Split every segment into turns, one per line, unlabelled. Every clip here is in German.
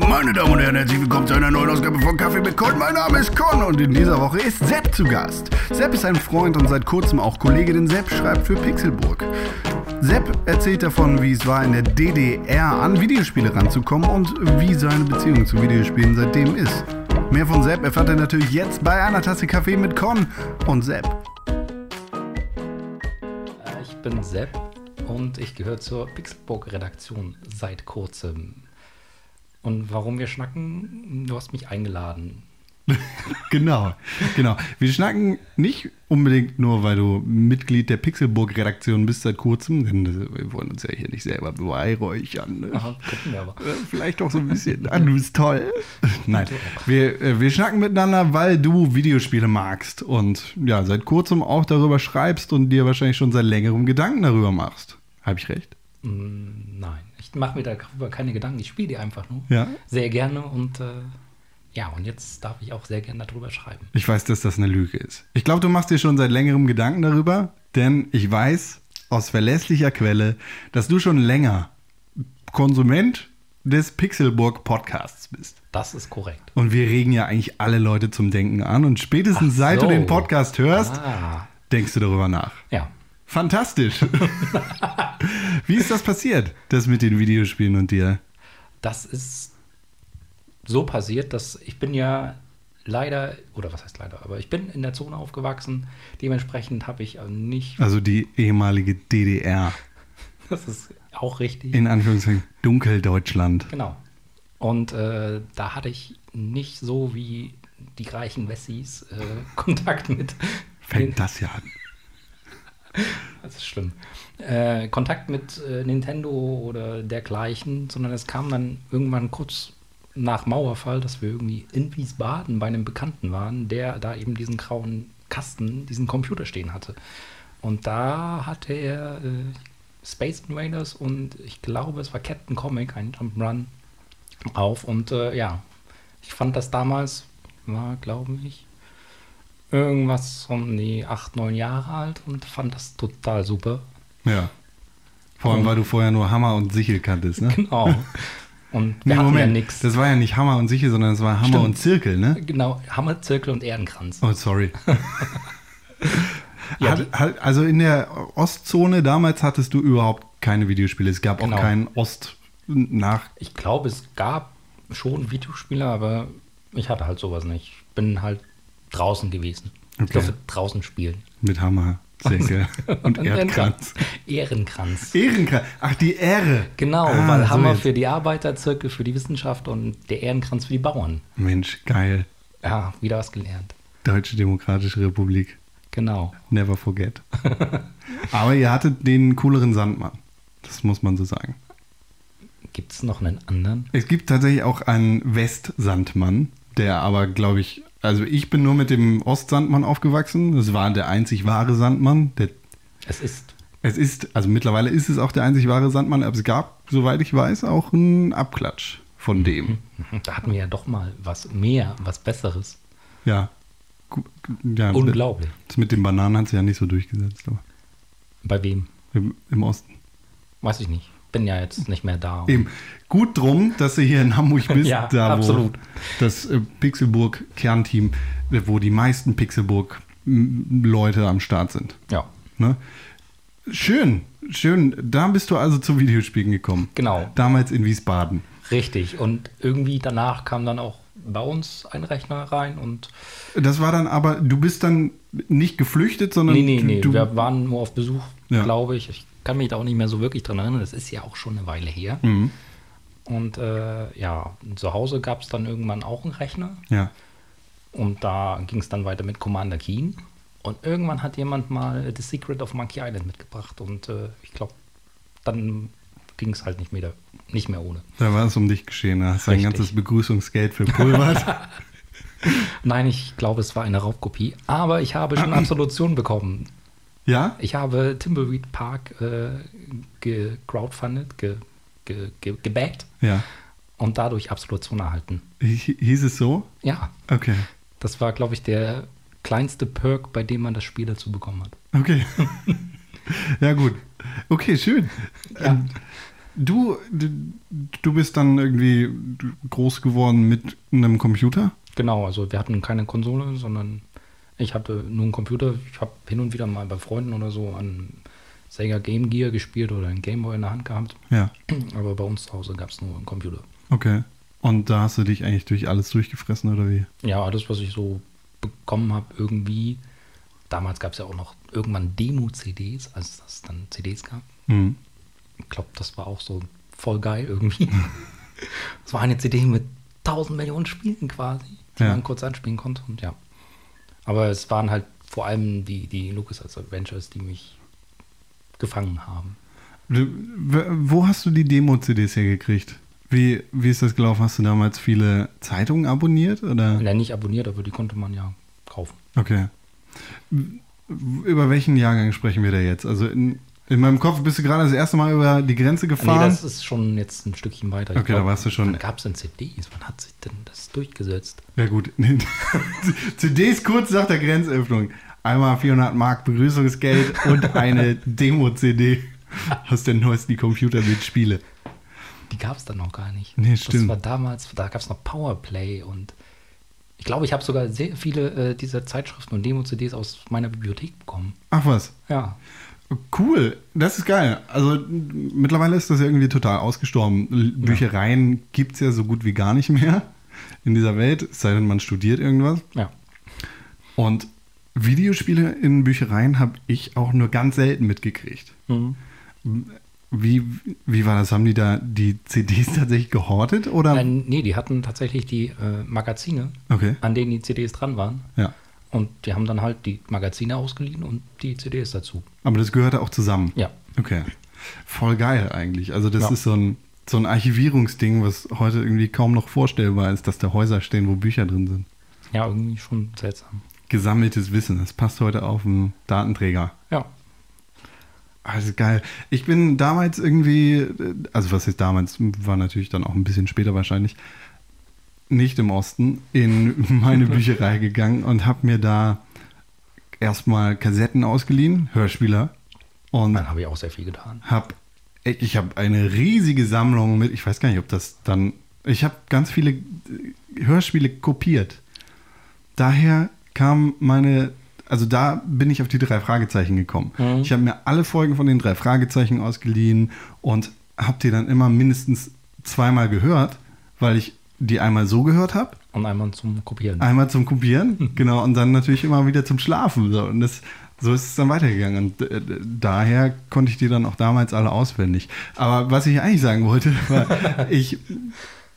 Leute und herzlich willkommen zu einer neuen Ausgabe von Kaffee mit Con. Mein Name ist Con und in dieser Woche ist Sepp zu Gast. Sepp ist ein Freund und seit kurzem auch Kollege, denn Sepp schreibt für Pixelburg. Sepp erzählt davon, wie es war, in der DDR an Videospiele ranzukommen und wie seine Beziehung zu Videospielen seitdem ist. Mehr von Sepp erfahrt ihr natürlich jetzt bei einer Tasse Kaffee mit Con und Sepp.
Äh, Ich bin Sepp und ich gehöre zur Pixelburg-Redaktion seit kurzem. Und warum wir schnacken? Du hast mich eingeladen.
Genau, genau. Wir schnacken nicht unbedingt nur, weil du Mitglied der Pixelburg-Redaktion bist seit kurzem, denn äh, wir wollen uns ja hier nicht selber beweihräuchern. Ne?
Aha, gucken wir aber.
Äh, Vielleicht auch so ein bisschen. Ah, du bist toll. Nein, wir, äh, wir schnacken miteinander, weil du Videospiele magst und ja, seit kurzem auch darüber schreibst und dir wahrscheinlich schon seit längerem Gedanken darüber machst. Habe ich recht?
Mm, Nein, ich mache mir darüber keine Gedanken. Ich spiele die einfach nur.
Ja.
Sehr gerne und äh, ja, und jetzt darf ich auch sehr gerne darüber schreiben.
Ich weiß, dass das eine Lüge ist. Ich glaube, du machst dir schon seit längerem Gedanken darüber, denn ich weiß aus verlässlicher Quelle, dass du schon länger Konsument des Pixelburg Podcasts bist.
Das ist korrekt.
Und wir regen ja eigentlich alle Leute zum Denken an und spätestens
Ach
seit du
so.
den Podcast hörst,
Ah,
denkst du darüber nach.
ja.
Fantastisch. Wie ist das passiert, das mit den Videospielen und dir?
das ist so passiert, dass ich bin ja leider, oder was heißt leider, aber ich bin in der Zone aufgewachsen. Dementsprechend habe ich äh, nicht,
Also die ehemalige DDR,
das ist auch richtig.
in Anführungszeichen Dunkeldeutschland.
genau. Und äh, da hatte ich nicht so wie die reichen Wessis äh, Kontakt mit.
Fängt das ja an.
Das ist schlimm. Äh, Kontakt mit äh, Nintendo oder dergleichen, sondern es kam dann irgendwann kurz nach Mauerfall, dass wir irgendwie in Wiesbaden bei einem Bekannten waren, der da eben diesen grauen Kasten, diesen Computer stehen hatte. Und da hatte er äh, Space Invaders und ich glaube, es war Captain Comic, ein Jump'n'Run, auf. Und äh, ja, ich fand das damals, war glaube ich, irgendwas um die 8, 9 Jahre alt und fand das total super.
Ja. Vor allem, weil du vorher nur Hammer und Sichel kanntest, ne?
Genau. Und
Nee,
wir hatten ja
Moment,
nichts.
das war ja nicht Hammer und Sichel, sondern es war Hammer
Stimmt.
und Zirkel, ne?
Genau, Hammerzirkel und Ehrenkranz.
Oh, sorry.
Ja,
hat, hat, also in der Ostzone damals hattest du überhaupt keine Videospiele. Es gab
Genau.
auch keinen Ost nach.
Ich glaube, es gab schon Videospiele, aber ich hatte halt sowas nicht. Ich bin halt draußen gewesen. Ich
Okay.
durfte draußen spielen.
Mit Hammer, Zirkel und Erdkranz.
Ehrenkranz.
Ehrenkranz. Ach, die Ehre.
Genau,
Ah,
weil
so
Hammer
jetzt.
für die Arbeiter, Zirkel für die Wissenschaft und der Ehrenkranz für die Bauern.
Mensch, geil.
Ja, wieder was gelernt.
Deutsche Demokratische Republik.
Genau.
Never forget. Aber ihr hattet den cooleren Sandmann. Das muss man so sagen.
Gibt es noch einen anderen?
Es gibt tatsächlich auch einen Westsandmann, der aber, glaube ich, also ich bin nur mit dem Ostsandmann aufgewachsen. Das war der einzig wahre Sandmann. Der,
Es ist
es ist, also mittlerweile ist es auch der einzig wahre Sandmann, aber es gab, soweit ich weiß, auch einen Abklatsch von dem.
Da hatten wir ja doch mal was mehr, was Besseres.
Ja. Gu- ja.
Unglaublich.
Das mit den Bananen hat sich ja nicht so durchgesetzt, aber
Bei wem?
im, im Osten.
Weiß ich nicht. Bin ja jetzt nicht mehr da.
Eben. Gut drum, dass du hier in Hamburg bist,
Ja,
da wo
absolut.
das äh, Pixelburg-Kernteam, äh, wo die meisten Pixelburg-Leute am Start sind.
Ja,
Ne? Schön, schön. Da bist du also zu Videospielen gekommen.
Genau.
Damals in Wiesbaden.
richtig. Und irgendwie danach kam dann auch bei uns ein Rechner rein und
Das war dann aber, du bist dann nicht geflüchtet, sondern
nee, nee,
du,
nee,
du,
wir waren nur auf Besuch,
Ja.
glaube ich. Ich kann mich da auch nicht mehr so wirklich dran erinnern. Das ist ja auch schon eine Weile her.
Mhm.
Und äh, ja, zu Hause gab es dann irgendwann auch einen Rechner.
ja.
Und da ging es dann weiter mit Commander Keen. Und irgendwann hat jemand mal The Secret of Monkey Island mitgebracht. Und äh, ich glaube, dann ging es halt nicht mehr, nicht mehr ohne.
Da war es um dich geschehen. Da hast du ein
Richtig.
ganzes Begrüßungsgeld verpulvert.
Nein, ich glaube, es war eine Raubkopie. Aber ich habe schon Absolution bekommen.
ja?
Ich habe Timbleweed Park äh, gecrowdfundet, ge, ge, ge, gebackt
Ja.
und dadurch Absolution erhalten.
Hi- Hieß es so?
Ja,
Okay.
das war, glaube ich, der kleinste Perk, bei dem man das Spiel dazu bekommen hat.
Okay. ja, gut. Okay, schön. Ähm, Du, du, du bist dann irgendwie groß geworden mit einem Computer?
Genau, also wir hatten keine Konsole, sondern ich hatte nur einen Computer. Ich habe hin und wieder mal bei Freunden oder so an Sega Game Gear gespielt oder einen Gameboy in der Hand gehabt.
Ja.
Aber bei uns zu Hause gab es nur einen Computer.
Okay. Und da hast du dich eigentlich durch alles durchgefressen oder wie?
Ja, alles, was ich so bekommen habe, irgendwie. Damals gab es ja auch noch irgendwann Demo-CDs, als es dann CDs gab.
Mhm.
Ich glaube, das war auch so voll geil irgendwie. Das war eine CD mit 1000 Millionen Spielen quasi, die
Ja.
man kurz anspielen konnte. Und ja. Aber es waren halt vor allem die, die LucasArts Adventures, die mich gefangen haben.
Du- w- Wo hast du die Demo-CDs hergekriegt? Wie, wie ist das gelaufen? Hast du damals viele Zeitungen abonniert? Oder?
Ja, nicht abonniert, aber die konnte man ja kaufen.
Okay. W- Über welchen Jahrgang sprechen wir da jetzt? Also in, in meinem Kopf bist du gerade das erste Mal über die Grenze
Nee,
gefahren.
das ist schon jetzt ein Stückchen weiter. Ich
Okay, da warst du schon-
Wann gab es denn CDs? Wann hat sich denn das durchgesetzt?
ja gut. Nee. CDs kurz nach der Grenzöffnung. Einmal 400 Mark Begrüßungsgeld und eine Demo-CD aus der neuesten Computerbildspiele.
Die gab es dann noch gar nicht.
Nee,
Das
stimmt.
war damals, da gab es noch Powerplay und ich glaube, ich habe sogar sehr viele äh, dieser Zeitschriften und Demo-CDs aus meiner Bibliothek bekommen.
Ach was.
Ja.
Cool, das ist geil. Also m- mittlerweile ist das ja irgendwie total ausgestorben. L- Büchereien gibt es ja so gut wie gar nicht mehr in dieser Welt, es sei denn, man studiert irgendwas.
Ja.
Und Videospiele in Büchereien habe ich auch nur ganz selten mitgekriegt.
Mhm.
Wie, wie war das? Haben die da die CDs tatsächlich gehortet? Oder?
Äh, nee, die hatten tatsächlich die äh, Magazine,
Ähm. Okay.
an denen die CDs dran waren.
Ja.
Und die haben dann halt die Magazine ausgeliehen und die CDs dazu.
Aber das gehörte auch zusammen.
Ja.
Okay. Voll geil eigentlich. Also das
Ja.
ist so ein, so ein Archivierungsding, was heute irgendwie kaum noch vorstellbar ist, dass da Häuser stehen, wo Bücher drin sind.
Ja, irgendwie schon seltsam.
Gesammeltes Wissen, das passt heute auf einen Datenträger.
Ja.
Also geil. Ich bin damals irgendwie, äh, also was ist damals, war natürlich dann auch ein bisschen später wahrscheinlich, nicht im Osten in meine Bücherei gegangen und habe mir da erstmal Kassetten ausgeliehen, Hörspieler. Und
Dann habe ich auch sehr viel getan.
hab, ich habe eine riesige Sammlung mit, ich weiß gar nicht, ob das dann, ich habe ganz viele äh, Hörspiele kopiert. Daher kam meine, also da bin ich auf die drei Fragezeichen gekommen.
Mhm.
Ich habe mir alle Folgen von den drei Fragezeichen ausgeliehen und habe die dann immer mindestens zweimal gehört, weil ich die einmal so gehört habe
Und einmal zum Kopieren.
Einmal zum Kopieren, genau, und dann natürlich immer wieder zum Schlafen. So. Und das, so ist es dann weitergegangen. Und äh, d- daher konnte ich die dann auch damals alle auswendig. Aber was ich eigentlich sagen wollte, war, ich,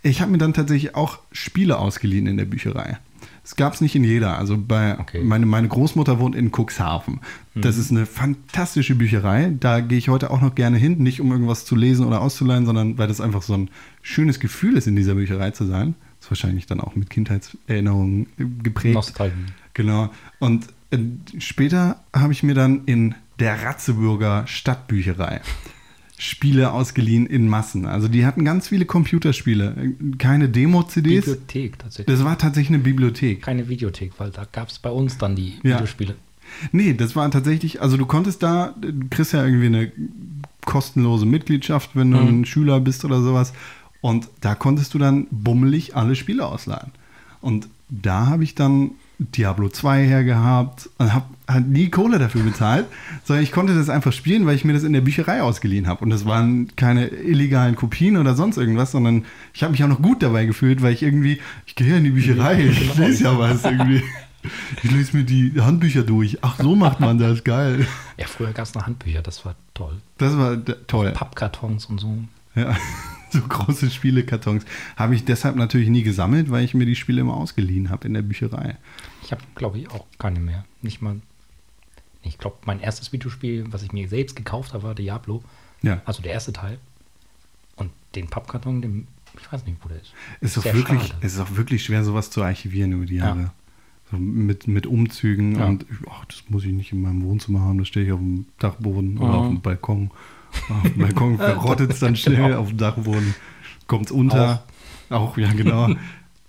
ich habe mir dann tatsächlich auch Spiele ausgeliehen in der Bücherei. Es gab es nicht in jeder. Also bei
Okay. Mhm.
meine, meine Großmutter wohnt in Cuxhaven. Das ist eine fantastische Bücherei. Da gehe ich heute auch noch gerne hin, nicht um irgendwas zu lesen oder auszuleihen, sondern weil das einfach so ein schönes Gefühl ist, in dieser Bücherei zu sein. Ist wahrscheinlich dann auch mit Kindheitserinnerungen äh, geprägt.
Nostalgie.
Genau. Und äh, später habe ich mir dann in der Ratzeburger Stadtbücherei Spiele ausgeliehen in Massen. Also die hatten ganz viele Computerspiele, keine Demo-CDs.
Bibliothek tatsächlich.
Das war tatsächlich eine Bibliothek.
Keine Videothek, weil da gab es bei uns dann die
Ja.
Videospiele.
Nee, das war tatsächlich, also du konntest da, du kriegst ja irgendwie eine kostenlose Mitgliedschaft, wenn du ein Schüler bist oder sowas. Und da konntest du dann bummelig alle Spiele ausleihen. Und da habe ich dann Diablo 2 hergehabt und habe halt nie Kohle dafür bezahlt, sondern ich konnte das einfach spielen, weil ich mir das in der Bücherei ausgeliehen habe. Und das waren keine illegalen Kopien oder sonst irgendwas, sondern ich habe mich auch noch gut dabei gefühlt, weil ich irgendwie, ich gehe in die Bücherei, ich lese ja was irgendwie. Ich lese mir die Handbücher durch. Ach, so macht man das, geil.
Ja, früher gab es noch Handbücher, das war toll.
Das war d- toll.
Pappkartons und so.
Ja. So große Spielekartons. Habe ich deshalb natürlich nie gesammelt, weil ich mir die Spiele immer ausgeliehen habe in der Bücherei.
Ich habe, glaube ich, auch keine mehr. Nicht mal. Ich glaube, mein erstes Videospiel, was ich mir selbst gekauft habe, war Diablo.
Ja.
Also der erste Teil. Und den Pappkarton, den, ich weiß nicht, wo der ist.
Es ist, auch
Sehr
wirklich,
schade.
es ist auch wirklich schwer, sowas zu archivieren über die
Ja.
Jahre. So mit, mit Umzügen
Ja.
und ach, das muss ich nicht in meinem Wohnzimmer haben, das stelle ich auf dem Dachboden oder auf
Mhm.
dem Balkon. Auf dem Balkon verrottet es dann schnell, auf dem Dachboden genau. kommt es unter. Auch. ja, genau.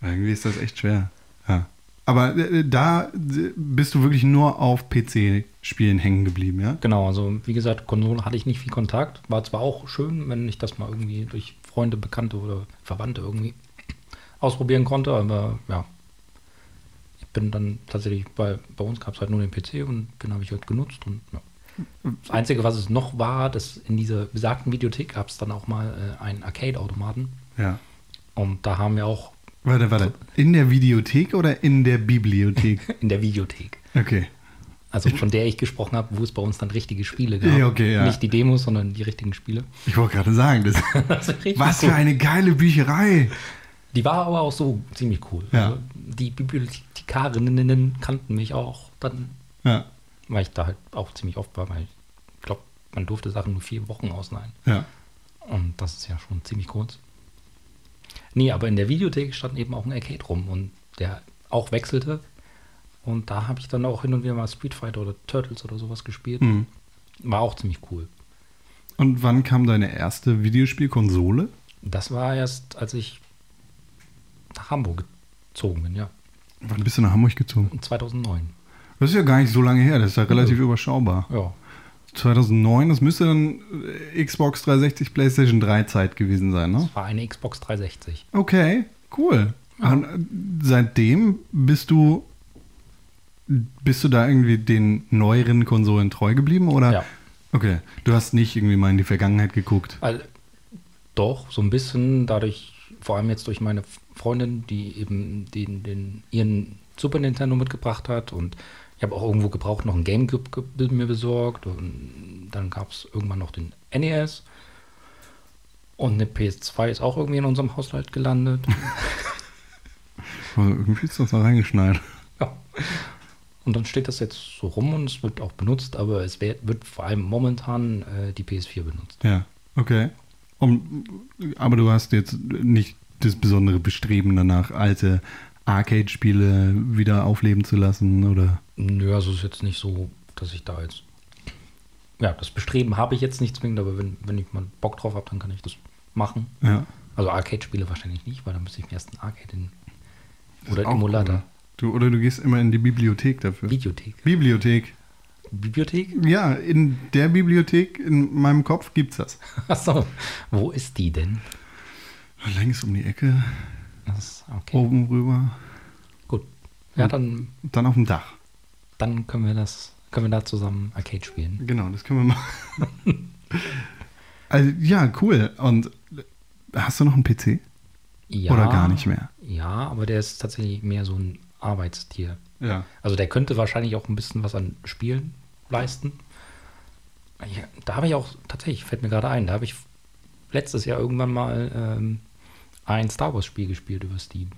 Irgendwie ist das echt schwer. Ja. Aber äh, da äh, bist du wirklich nur auf PC-Spielen hängen geblieben, ja?
Genau, also wie gesagt, Konsole hatte ich nicht viel Kontakt. War zwar auch schön, wenn ich das mal irgendwie durch Freunde, Bekannte oder Verwandte irgendwie ausprobieren konnte, aber ja. Ich bin dann tatsächlich, bei, bei uns gab es halt nur den PC und den habe ich halt genutzt und ja. Das Einzige, was es noch war, dass in dieser besagten Videothek gab es dann auch mal äh, einen Arcade-Automaten.
Ja.
Und da haben wir auch
Warte, warte. In der Videothek oder in der Bibliothek?
in der Videothek,
Okay.
also von der ich gesprochen habe, wo es bei uns dann richtige Spiele gab.
Ja, okay, ja.
Nicht die Demos, sondern die richtigen Spiele.
Ich wollte gerade sagen, das,
Das ist richtig
was
cool.
für eine geile Bücherei.
Die war aber auch so ziemlich cool.
Ja.
Also die Bibliothekarinnen kannten mich auch dann,
Ja,
weil ich da halt auch ziemlich oft war, weil ich glaube, man durfte Sachen nur vier Wochen ausleihen.
ja.
Und das ist ja schon ziemlich kurz. Nee, aber in der Videothek stand eben auch ein Arcade rum und der auch wechselte. Und da habe ich dann auch hin und wieder mal Street Fighter oder Turtles oder sowas gespielt.
Hm.
War auch ziemlich cool.
Und wann kam deine erste Videospielkonsole?
Das war erst, als ich nach Hamburg gezogen bin, ja.
Wann bist du nach Hamburg gezogen?
2009.
Das ist ja gar nicht so lange her, das ist ja relativ überschaubar.
Ja,
2009, das müsste dann äh, Xbox 360, PlayStation 3 Zeit gewesen sein, ne?
das war eine Xbox 360.
Okay, cool. Und äh, seitdem bist du bist du da irgendwie den neueren Konsolen treu geblieben oder?
Ja.
Okay, du hast nicht irgendwie mal in die Vergangenheit geguckt.
Also, doch, so ein bisschen dadurch, vor allem jetzt durch meine Freundin, die eben den, den, ihren Super Nintendo mitgebracht hat und ich habe auch irgendwo gebraucht noch ein Gamecube ge- mir besorgt und dann gab es irgendwann noch den NES und eine PS2 ist auch irgendwie in unserem Haushalt gelandet.
Also irgendwie ist das da reingeschneit.
ja. Und dann steht das jetzt so rum und es wird auch benutzt, aber es wird, wird vor allem momentan äh, die PS4 benutzt.
Ja, okay. Um, aber du hast jetzt nicht das besondere Bestreben danach, alte Arcade-Spiele wieder aufleben zu lassen oder?
Nö, also es ist jetzt nicht so, dass ich da jetzt. Ja, das Bestreben habe ich jetzt nicht zwingend, aber wenn, wenn ich mal Bock drauf habe, dann kann ich das machen.
Ja.
Also Arcade-Spiele wahrscheinlich nicht, weil dann müsste ich mir erst ein Arcade in. Oder
Auch
Emulator.
cool. ne? Du, oder du gehst immer in die Bibliothek dafür.
Videothek.
Bibliothek.
Bibliothek?
Ja, in der Bibliothek in meinem Kopf gibt's das.
Achso, wo ist die denn?
Längs um die Ecke,
Das, okay.
oben rüber, Oh.
Gut. Ja, dann,
dann auf dem Dach.
dann können wir das, können wir da zusammen Arcade spielen.
Genau, das können wir machen. also, ja, cool. Und hast du noch einen PC?
Ja,
Oder gar nicht mehr?
Ja, aber der ist tatsächlich mehr so ein Arbeitstier.
Ja.
Also der könnte wahrscheinlich auch ein bisschen was an Spielen leisten. Ja, da habe ich auch, tatsächlich, fällt mir gerade ein, da habe ich letztes Jahr irgendwann mal ähm, ein Star Wars-Spiel gespielt über Steam.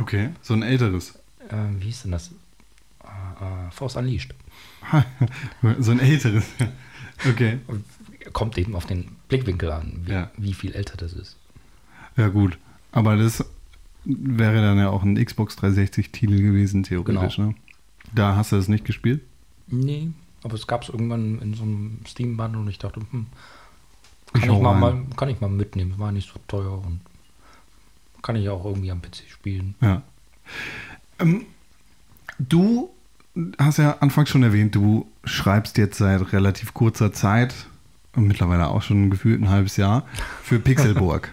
Okay, so ein älteres.
Ähm, wie hieß denn das? Äh, äh, Force Unleashed.
so ein älteres. okay.
Kommt eben auf den Blickwinkel an, wie,
Ja.
wie viel älter das ist.
Ja, gut. Aber das wäre dann ja auch ein Xbox 360-Titel gewesen, theoretisch. Ne? Da hast du das nicht gespielt?
Nee, aber es gab es irgendwann in so einem Steam-Bundle und ich dachte, hm,
Ich
kann, ich
hau
mal,
rein.
mal, kann ich mal mitnehmen, war nicht so teuer und kann ich auch irgendwie am PC spielen.
Ja. Ähm, du hast ja anfangs schon erwähnt, du schreibst jetzt seit relativ kurzer Zeit, mittlerweile auch schon gefühlt ein halbes Jahr, für Pixelburg.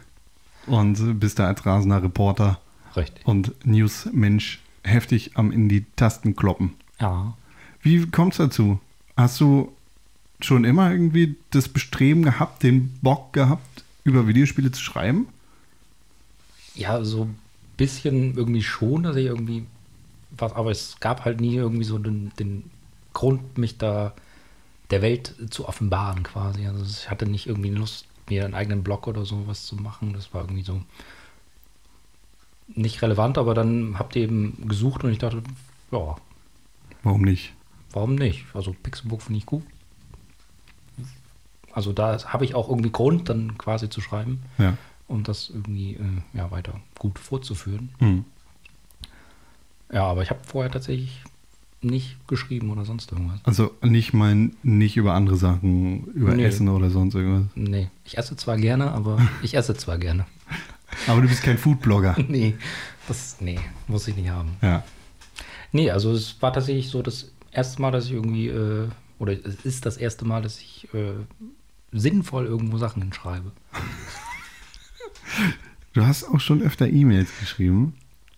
und bist da als rasender Reporter
Richtig.
und Newsmensch heftig am in die Tasten kloppen.
Ja,
Wie kommt es dazu? Hast du schon immer irgendwie das Bestreben gehabt, den Bock gehabt, über Videospiele zu schreiben?
Ja, so ein bisschen irgendwie schon, dass ich irgendwie was, aber es gab halt nie irgendwie so den, den Grund, mich da der Welt zu offenbaren quasi. Also ich hatte nicht irgendwie Lust, mir einen eigenen Blog oder sowas zu machen. Das war irgendwie so nicht relevant, aber dann habt ihr eben gesucht und ich dachte, ja,
Warum nicht?
warum nicht? Also Pixelbook finde ich gut. Also da habe ich auch irgendwie Grund, dann quasi zu schreiben
Ja.
und das irgendwie äh, ja, weiter gut fortzuführen.
Hm.
Ja, aber ich habe vorher tatsächlich nicht geschrieben oder sonst irgendwas.
Also nicht mal nicht über andere Sachen, über
Nee.
Essen oder sonst irgendwas.
Nee, ich esse zwar gerne, aber ich esse zwar gerne.
Aber du bist kein Foodblogger.
Nee, das nee, muss ich nicht haben.
ja.
Nee, also es war tatsächlich so das erste Mal, dass ich irgendwie, äh, oder es ist das erste Mal, dass ich äh, sinnvoll irgendwo Sachen hinschreibe.
Du hast auch schon öfter E-Mails geschrieben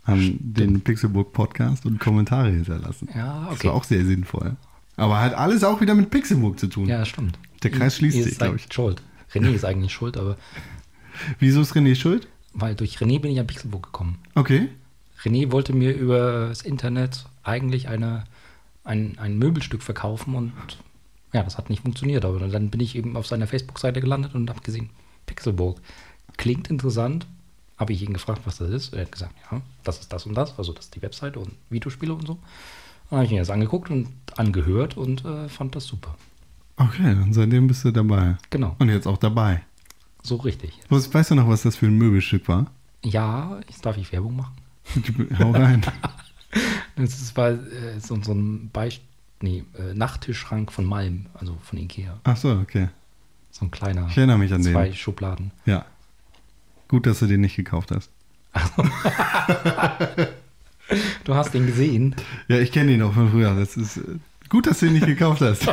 an den Pixelburg Podcast und Kommentare hinterlassen.
Ja,
Das
okay.
war auch sehr sinnvoll. Aber hat alles auch wieder mit Pixelburg zu tun.
Ja, stimmt.
Hm. Der Kreis schließt
Ihr
sich,
seid
glaube ich.
schuld. René ist eigentlich schuld, aber
Wieso ist René schuld?
weil durch René bin ich an Pixelbook gekommen.
Okay.
René wollte mir über das Internet eigentlich eine, ein, ein Möbelstück verkaufen und ja, das hat nicht funktioniert. Aber dann bin ich eben auf seiner Facebook-Seite gelandet und habe gesehen, Pixelburg. Klingt interessant. Habe ich ihn gefragt, was das ist. Er hat gesagt, ja, das ist das und das. Also das ist die Webseite und Videospiele und so. Und dann habe ich mir das angeguckt und angehört und äh, fand das super.
Okay, und seitdem bist du dabei.
Genau,
Und jetzt auch dabei.
so richtig.
Was, weißt du noch, was das für ein Möbelstück war?
Ja, jetzt darf ich Werbung machen.
Hau rein.
Das ist, war äh, so, so ein Beist nee, äh, Nachttischschrank von Malm, also von Ikea.
Ach so, okay.
So ein kleiner.
Ich erinnere mich an den.
zwei Schubladen.
Ja. Gut, dass du den nicht gekauft hast.
Du hast ihn gesehen.
Ja, ich kenne ihn auch von früher. Das ist äh, gut, dass du ihn nicht gekauft hast.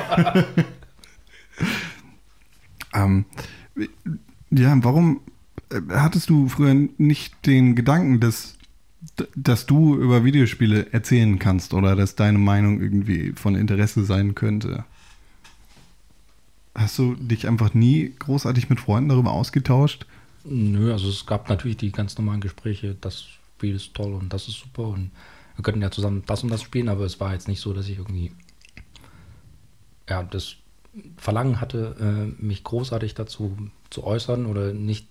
ähm, ja, warum äh, hattest du früher nicht den Gedanken, dass, dass du über Videospiele erzählen kannst oder dass deine Meinung irgendwie von Interesse sein könnte? Hast du dich einfach nie großartig mit Freunden darüber ausgetauscht?
Nö, also es gab natürlich die ganz normalen Gespräche, das Spiel ist toll und das ist super und wir könnten ja zusammen das und das spielen, aber es war jetzt nicht so, dass ich irgendwie ja, das Verlangen hatte, äh, mich großartig dazu zu äußern oder nicht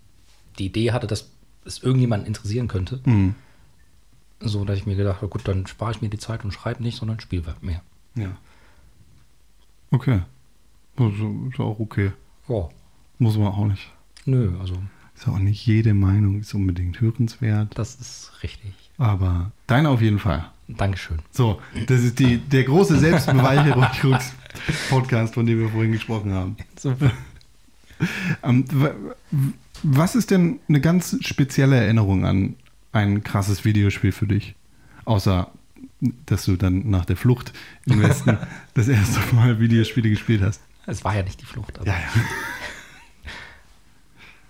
die Idee hatte, dass es irgendjemanden interessieren könnte.
Hm.
So, dass ich mir gedacht habe, gut, dann spare ich mir die Zeit und schreibe nicht, sondern spiele mehr.
Ja. Okay. Also, Ist auch okay.
Ja,
Muss man auch nicht.
nö, also
Ist auch nicht jede Meinung ist unbedingt hörenswert,
das ist richtig.
aber deine auf jeden Fall.
Dankeschön.
So, das ist die, der große Selbstbeweicherungs-Podcast, von dem wir vorhin gesprochen haben.
Super.
Ähm, w- w- was ist denn eine ganz spezielle Erinnerung an ein krasses Videospiel für dich? Außer, dass du dann nach der Flucht im Westen das erste Mal Videospiele gespielt hast.
Es war ja nicht die Flucht, aber.
Ja, ja.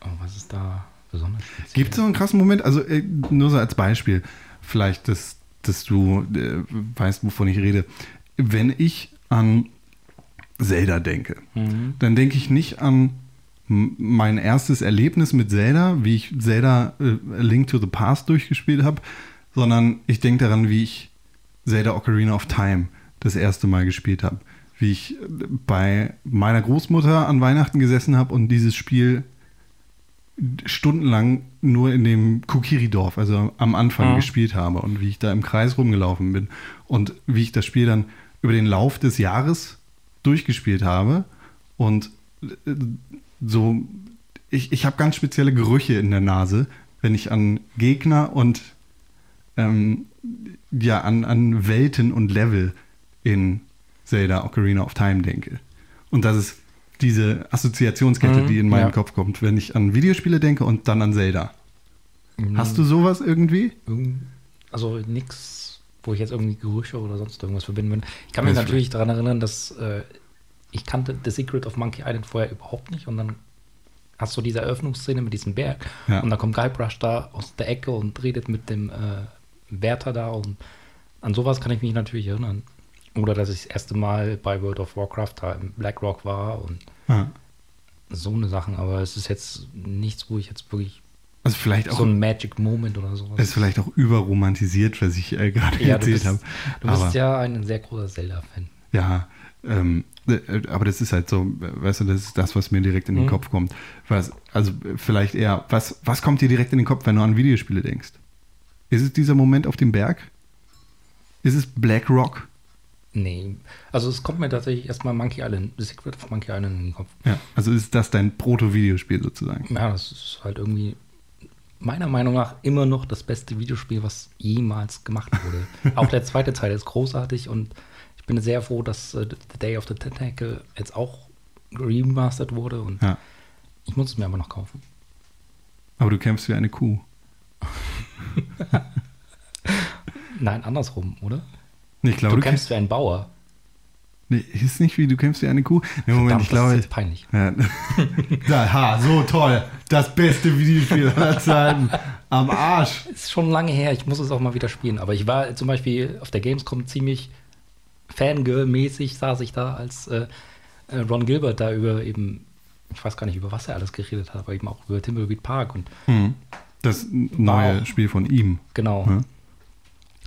Oh, was ist da besonders speziell?
Gibt es so einen krassen Moment? Also äh, nur so als Beispiel, vielleicht, dass, dass du äh, weißt, wovon ich rede. Wenn ich an Zelda denke,
Mhm.
dann denke ich nicht an m- mein erstes Erlebnis mit Zelda, wie ich Zelda äh, A Link to the Past durchgespielt habe, sondern ich denke daran, wie ich Zelda Ocarina of Time das erste Mal gespielt habe. Wie ich äh, bei meiner Großmutter an Weihnachten gesessen habe und dieses Spiel stundenlang nur in dem Kukiri-Dorf, also am Anfang
Mhm.
gespielt habe und wie ich da im Kreis rumgelaufen bin und wie ich das Spiel dann über den Lauf des Jahres durchgespielt habe und äh, so, ich, ich habe ganz spezielle Gerüche in der Nase, wenn ich an Gegner und ähm, ja, an, an Welten und Level in Zelda Ocarina of Time denke. Und das ist diese Assoziationskette,
Mhm,
die in meinen
ja.
Kopf kommt, wenn ich an Videospiele denke und dann an Zelda.
Mhm.
Hast du sowas irgendwie?
Hm, Irgend- Also nichts, wo ich jetzt irgendwie Gerüche oder sonst irgendwas verbinden würde. Ich kann mich
Alles
natürlich daran erinnern, dass äh, ich kannte The Secret of Monkey Island vorher überhaupt nicht und dann hast du diese Eröffnungsszene mit diesem Berg
Ja.
und dann kommt Guybrush da aus der Ecke und redet mit dem äh, Wärter da und an sowas kann ich mich natürlich erinnern. Oder dass ich das erste Mal bei World of Warcraft da im Blackrock war und
Ja.
so eine Sachen, aber es ist jetzt nichts, wo ich jetzt wirklich
Also vielleicht auch,
so ein Magic Moment oder sowas.
ist vielleicht auch überromantisiert, was ich äh, gerade
ja, du
erzählt
bist,
habe.
du bist
Aber-
ja ein sehr großer Zelda-Fan.
Ja, ähm, äh, aber das ist halt so, äh, weißt du, das ist das, was mir direkt in den
Mhm.
Kopf kommt. Was, also äh, vielleicht eher, was, was kommt dir direkt in den Kopf, wenn du an Videospiele denkst? Ist es dieser Moment auf dem Berg? Ist es Black Rock?
Nee, also es kommt mir tatsächlich erstmal Monkey Island, The Secret of Monkey Island in den Kopf.
Ja. Also ist das dein Proto-Videospiel sozusagen?
Ja, das ist halt irgendwie meiner Meinung nach immer noch das beste Videospiel, was jemals gemacht wurde. auch der zweite Teil ist großartig und ich bin sehr froh, dass äh, The Day of the Tentacle jetzt auch remastert wurde und
Ja.
ich muss es mir aber noch kaufen.
Aber du kämpfst wie eine Kuh.
Nein, andersrum, oder?
Nee, ich glaube,
Du
du
kämpfst wie ein Bauer.
Nee, ist nicht wie du kämpfst wie eine Kuh. Nee, Moment,
Verdammt,
ich glaube. halt-
das ist jetzt peinlich.
Ja. Da, ha, so toll. Das beste Videospiel aller Zeiten. Am Arsch.
Ist schon lange her, ich muss es auch mal wieder spielen. Aber ich war zum Beispiel auf der Gamescom ziemlich Fangirl-mäßig, saß ich da, als äh, äh, Ron Gilbert da über eben, ich weiß gar nicht, über was er alles geredet hat, aber eben auch über Timbleweed Park und
Das neue
Wow.
Spiel von ihm. ne?
genau.
Ja.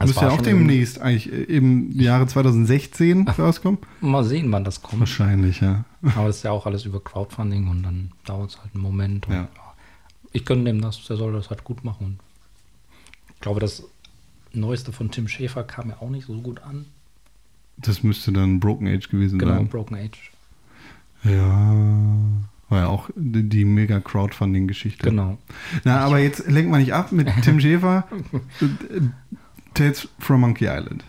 Das
Müsste
war
ja auch
schon irgendwie-
demnächst eigentlich äh, im Jahre 2016 rauskommen.
Mal sehen, wann das kommt.
Wahrscheinlich, ja.
Aber das ist ja auch alles über Crowdfunding und dann dauert es halt einen Moment. Und
Ja.
Ich gönne dem das, der soll das halt gut machen. Und ich glaube, das Neueste von Tim Schäfer kam ja auch nicht so gut an.
Das müsste dann Broken Age gewesen
Genau,
sein.
Broken Age.
Ja. War ja auch die die mega Crowdfunding-Geschichte.
Genau.
Na, aber jetzt lenkt man nicht ab mit Tim Schäfer. äh, Tales from Monkey Island.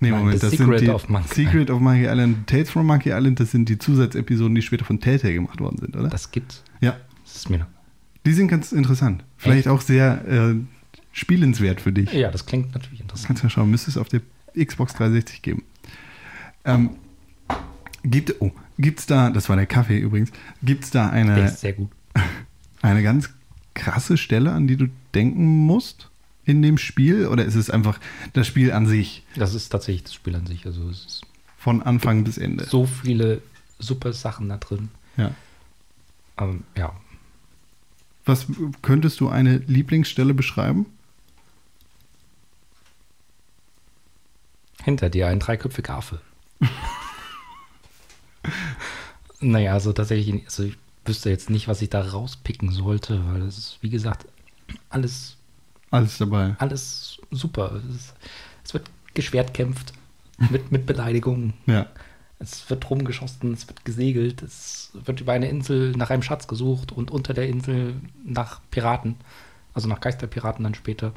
Nee,
Nein,
Moment,
The
das
Secret
sind die
of Monkey
Secret of Monkey Island, Tales from Monkey Island, das sind die Zusatzepisoden, die später von Telltale gemacht worden sind, oder?
Das gibt's.
ja,
Das ist mir.
die sind ganz interessant. Vielleicht auch sehr äh, spielenswert für dich.
Ja, das klingt natürlich interessant.
Kannst mal schauen, müsste es auf der Xbox 360 geben. Ähm, gibt oh, gibt's da, das war der Kaffee übrigens, gibt's da
Der
eine
ist sehr gut.
eine ganz krasse Stelle, an die du denken musst in dem Spiel? Oder ist es einfach das Spiel an sich
Das ist tatsächlich das Spiel an sich. Also es ist
von Anfang bis Ende?
so viele super Sachen da drin.
Ja.
Ähm, ja.
Was könntest du eine Lieblingsstelle beschreiben?
Hinter dir ein dreiköpfiger Affe. naja, also tatsächlich, also ich wüsste jetzt nicht, was ich da rauspicken sollte, weil es ist, wie gesagt, alles,
Alles dabei.
alles super. Es, ist, es wird geschwert kämpft mit, mit Beleidigungen.
Ja.
Es wird rumgeschossen, es wird gesegelt, es wird über eine Insel nach einem Schatz gesucht und unter der Insel nach Piraten. Also nach Geisterpiraten dann später.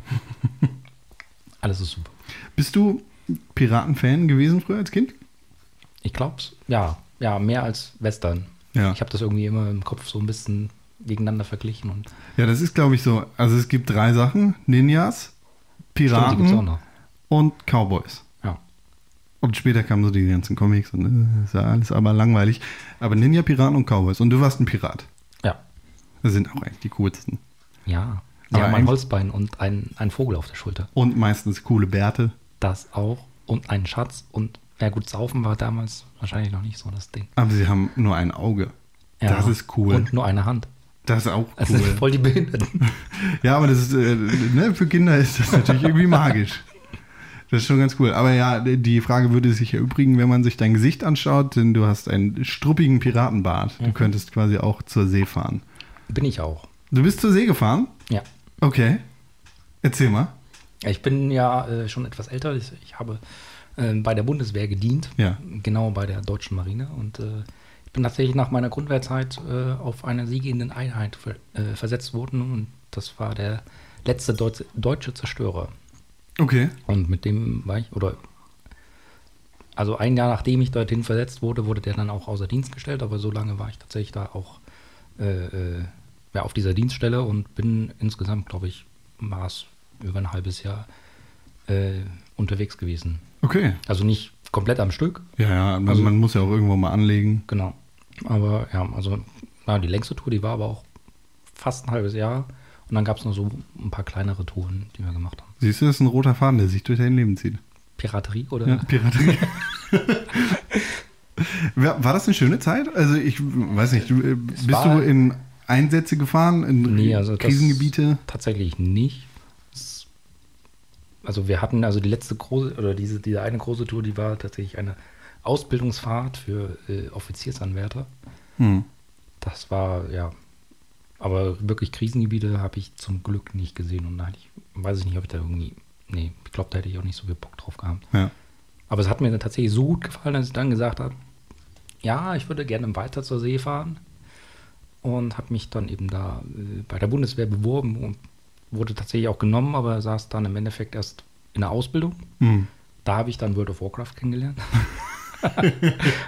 Alles ist super.
Bist du Piratenfan gewesen früher als Kind?
Ich glaub's, ja. Ja, mehr als Western.
Ja.
Ich habe das irgendwie immer im Kopf so ein bisschen gegeneinander verglichen und Stimmt,
Ja, das ist, glaube ich, so. Also es gibt drei Sachen. Ninjas,
die gibt's auch
Piraten
noch.
und Cowboys.
Ja.
Und später kamen so die ganzen Comics und äh, ist ja alles aber langweilig. Aber Ninja, Piraten und Cowboys. Und du warst ein Pirat.
Ja.
Das sind auch eigentlich die coolsten.
Ja.
Aber
Die haben ein
eigentlich-
Holzbein und ein, ein Vogel auf der Schulter.
Und meistens coole Bärte.
Das auch. Und einen Schatz. Und ja gut, saufen war damals wahrscheinlich noch nicht so das Ding.
Aber sie haben nur ein Auge.
Ja.
Das ist cool.
Und nur eine Hand.
das ist auch
Das
cool.
sind Also voll die Behinderten.
Ja, aber das ist, äh, ne, für Kinder ist das natürlich irgendwie magisch. Das ist schon ganz cool. Aber ja, die Frage würde sich erübrigen, wenn man sich dein Gesicht anschaut, denn du hast einen struppigen Piratenbart. Du könntest quasi auch zur See fahren.
Bin ich auch.
Du bist zur See gefahren?
Ja.
Okay. Erzähl mal.
Ich bin ja äh, schon etwas älter. Ich, ich habe äh, bei der Bundeswehr gedient,
Ja.
genau bei der deutschen Marine. Und äh, ich bin tatsächlich nach meiner Grundwehrzeit äh, auf eine siegenden Einheit ver, äh, versetzt worden. Und das war der letzte deutsche, deutsche Zerstörer.
Okay.
Und mit dem war ich, oder also ein Jahr nachdem ich dorthin versetzt wurde, wurde der dann auch außer Dienst gestellt, aber so lange war ich tatsächlich da auch äh, äh, ja, auf dieser Dienststelle und bin insgesamt, glaube ich, war es über ein halbes Jahr äh, unterwegs gewesen.
Okay.
Also nicht komplett am Stück,
Ja, ja,
Also-
man, man muss ja auch irgendwo mal anlegen.
genau. Aber ja, also ja, die längste Tour, die war aber auch fast ein halbes Jahr. Und dann gab es noch so ein paar kleinere Touren, die wir gemacht haben.
Siehst du, das ist ein roter Faden, der sich durch dein Leben zieht.
Piraterie oder?
Ja, Piraterie. War war das eine schöne Zeit? Also ich weiß nicht, du, äh, bist
war-
du in Einsätze gefahren, in
Nee, also das-
Krisengebiete?
Tatsächlich nicht. Es- Also wir hatten also die letzte große oder diese, diese eine große Tour, die war tatsächlich eine Ausbildungsfahrt für äh, Offiziersanwärter.
Hm.
Das war ja, aber wirklich Krisengebiete habe ich zum Glück nicht gesehen und da hatte ich, weiß ich nicht, ob ich da irgendwie, nee, ich glaube, da hätte ich auch nicht so viel Bock drauf gehabt.
Ja.
Aber es hat mir dann tatsächlich so gut gefallen, dass ich dann gesagt habe, ja, ich würde gerne weiter zur See fahren. Und habe mich dann eben da äh, bei der Bundeswehr beworben und wurde tatsächlich auch genommen, aber saß dann im Endeffekt erst in der Ausbildung.
Hm.
Da habe ich dann World of Warcraft kennengelernt.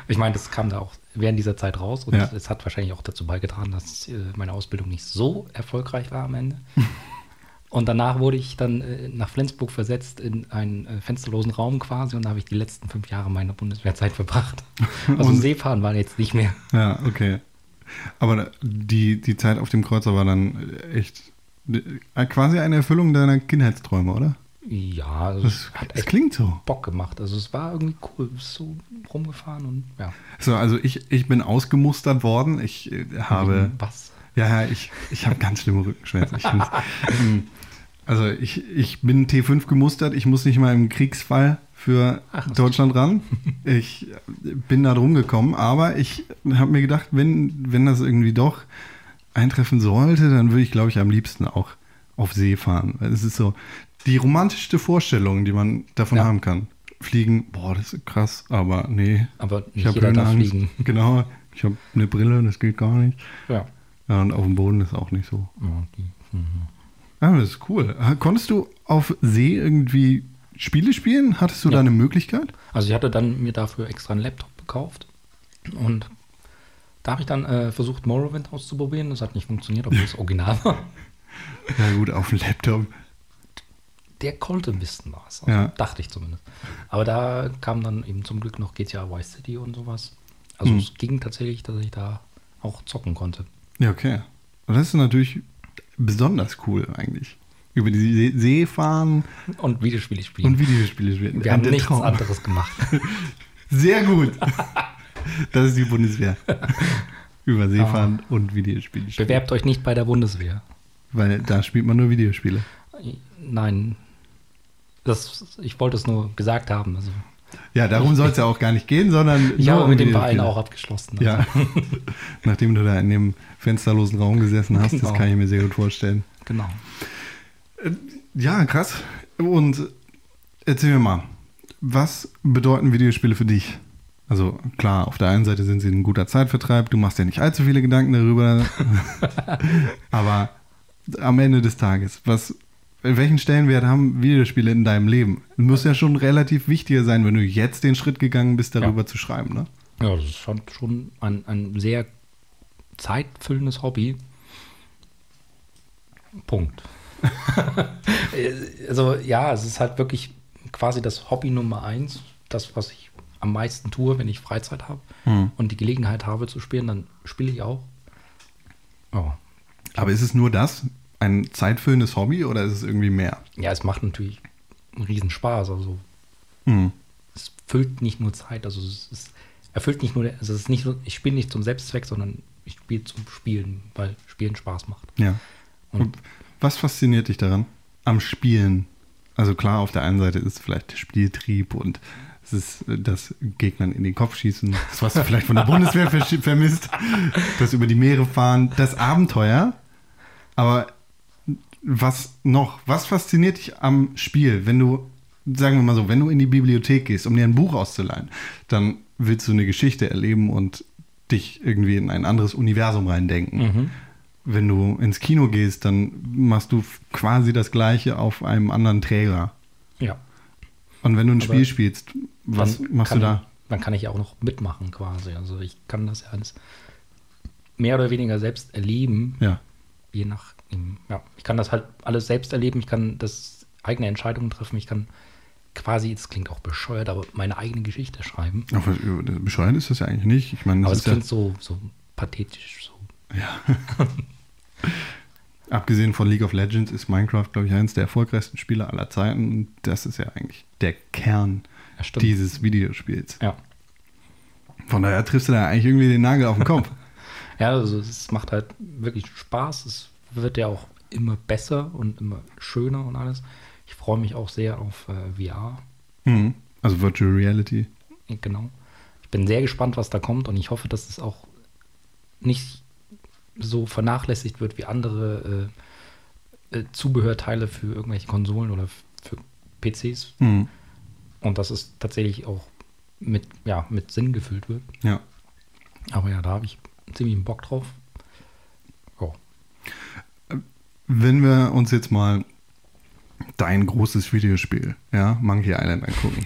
ich meine, das kam da auch während dieser Zeit raus und
Ja.
es hat wahrscheinlich auch dazu beigetragen, dass äh, meine Ausbildung nicht so erfolgreich war am Ende. Und danach wurde ich dann äh, nach Flensburg versetzt in einen äh, fensterlosen Raum quasi und da habe ich die letzten fünf Jahre meiner Bundeswehrzeit verbracht. Also
Und-
Seefahren war jetzt nicht mehr.
Ja, okay. Aber da- die, die Zeit auf dem Kreuzer war dann echt äh, quasi eine Erfüllung deiner Kindheitsträume, oder?
Ja, also
Das,
es hat
das
echt
klingt so.
Bock gemacht. Also es war irgendwie cool. Bist so rumgefahren und ja.
so. Also ich, ich bin ausgemustert worden. Ich äh, habe.
Was?
Ja, ja, ich, ich habe ganz schlimme Rückenschmerzen. Ich find's, ähm, also ich, ich bin T5 gemustert, ich muss nicht mal im Kriegsfall für
Ach, was
Deutschland ran. Ich bin da drum gekommen, aber ich habe mir gedacht, wenn, wenn das irgendwie doch eintreffen sollte, dann würde ich, glaube ich, am liebsten auch auf See fahren. Weil Es ist so die romantischste Vorstellung, die man davon
Ja.
haben kann. Fliegen, boah, das ist krass, aber nee.
Aber
Ich
nicht
habe
jeder darf
Höhenangst.
fliegen.
Genau, ich habe eine Brille, das geht gar nicht.
Ja.
Ja, und auf dem Boden ist auch nicht so.
Ja, die- mhm.
Ah, das ist cool. Konntest du auf See irgendwie Spiele spielen? Hattest du
Ja.
da eine Möglichkeit?
Also ich hatte dann mir dafür extra einen Laptop gekauft und da habe ich dann äh, versucht, Morrowind auszuprobieren. Das hat nicht funktioniert, obwohl es original war.
Ja gut, auf dem Laptop.
Der konnte wissen was. Also
Ja.
Dachte ich zumindest. Aber da kam dann eben zum Glück noch GTA Vice City und sowas. Also
Hm.
es ging tatsächlich, dass ich da auch zocken konnte.
Ja, okay. Und das ist natürlich besonders cool eigentlich. Über die See, See fahren
Und Videospiele spielen.
und Videospiele spielen.
wir haben
Der
nichts
Traum.
anderes gemacht.
Sehr gut. Das ist die Bundeswehr. Über
Ah.
See fahren und Videospiele spielen.
Bewerbt euch nicht bei der Bundeswehr.
Weil da spielt man nur Videospiele.
Nein. Das, ich wollte es nur gesagt haben. Also,
Ja, darum soll es ja auch gar nicht gehen, sondern.
ich
nur
habe
um
mit dem Verein
Videospiele.
auch abgeschlossen.
Ja, nachdem du da in dem fensterlosen Raum gesessen hast,
Genau.
das kann ich mir sehr gut vorstellen.
Genau.
Ja, krass. Und erzähl mir mal, was bedeuten Videospiele für dich? Also klar, auf der einen Seite sind sie ein guter Zeitvertreib, du machst dir nicht allzu viele Gedanken darüber, aber am Ende des Tages, was, welchen Stellenwert haben Videospiele in deinem Leben? Muss ja schon relativ wichtiger sein, wenn du jetzt den Schritt gegangen bist, darüber zu schreiben, ne?
Ja, das ist schon, schon ein, ein sehr zeitfüllendes Hobby. Punkt. Äh, also ja, es ist halt wirklich quasi das Hobby Nummer eins, das, was ich am meisten tue, wenn ich Freizeit habe
Mhm.
und die Gelegenheit habe zu spielen, dann spiele ich auch. Oh.
Aber ist es nur das, ein zeitfüllendes Hobby oder ist es irgendwie mehr?
Ja, es macht natürlich einen riesen Spaß. Also
Hm.
es füllt nicht nur Zeit, also es, es erfüllt nicht nur, also es ist nicht so, ich spiele nicht zum Selbstzweck, sondern ich spiele zum Spielen, weil Spielen Spaß macht.
Ja.
Und
Was fasziniert dich daran? Am Spielen. Also klar, auf der einen Seite ist vielleicht der Spieltrieb und es ist äh, das Gegnern in den Kopf schießen, das, was du vielleicht von der Bundeswehr versch- vermisst, das über die Meere fahren, das Abenteuer. Aber was noch? Was fasziniert dich am Spiel? Wenn du, sagen wir mal so, wenn du in die Bibliothek gehst, um dir ein Buch auszuleihen, dann willst du eine Geschichte erleben und dich irgendwie in ein anderes Universum reindenken.
Mhm.
Wenn du ins Kino gehst, dann machst du f- quasi das Gleiche auf einem anderen Träger.
ja,
Und wenn du ein
Aber
Spiel spielst, was
dann
machst du
kann,
da?
Dann kann ich ja auch noch mitmachen quasi. Also ich kann das ja alles mehr oder weniger selbst erleben,
Ja.
je nach, ja, ich kann das halt alles selbst erleben, ich kann das eigene Entscheidungen treffen, ich kann quasi, das klingt auch bescheuert, aber meine eigene Geschichte schreiben.
Aber äh, bescheuert ist das ja eigentlich nicht. Ich meine,
Aber
das
es
ist ja,
klingt so, so pathetisch, so
abgesehen von League of Legends ist Minecraft, glaube ich, eines der erfolgreichsten Spiele aller Zeiten. Und das ist ja eigentlich der Kern
Ja, stimmt.
dieses Videospiels.
Ja.
Von daher triffst du da eigentlich irgendwie den Nagel auf den Kopf.
Ja, also es macht halt wirklich Spaß. Es wird ja auch immer besser und immer schöner und alles. Ich freue mich auch sehr auf äh, VR.
Hm. Also Virtual Reality.
Genau. Ich bin sehr gespannt, was da kommt und ich hoffe, dass es auch nicht so vernachlässigt wird wie andere äh, äh, Zubehörteile für irgendwelche Konsolen oder f- für PCs.
Hm.
Und dass es tatsächlich auch mit, ja, mit Sinn gefüllt wird.
Ja.
Aber ja, da habe ich ziemlich Bock drauf. Ja.
Wenn wir uns jetzt mal dein großes Videospiel, ja, Monkey Island angucken,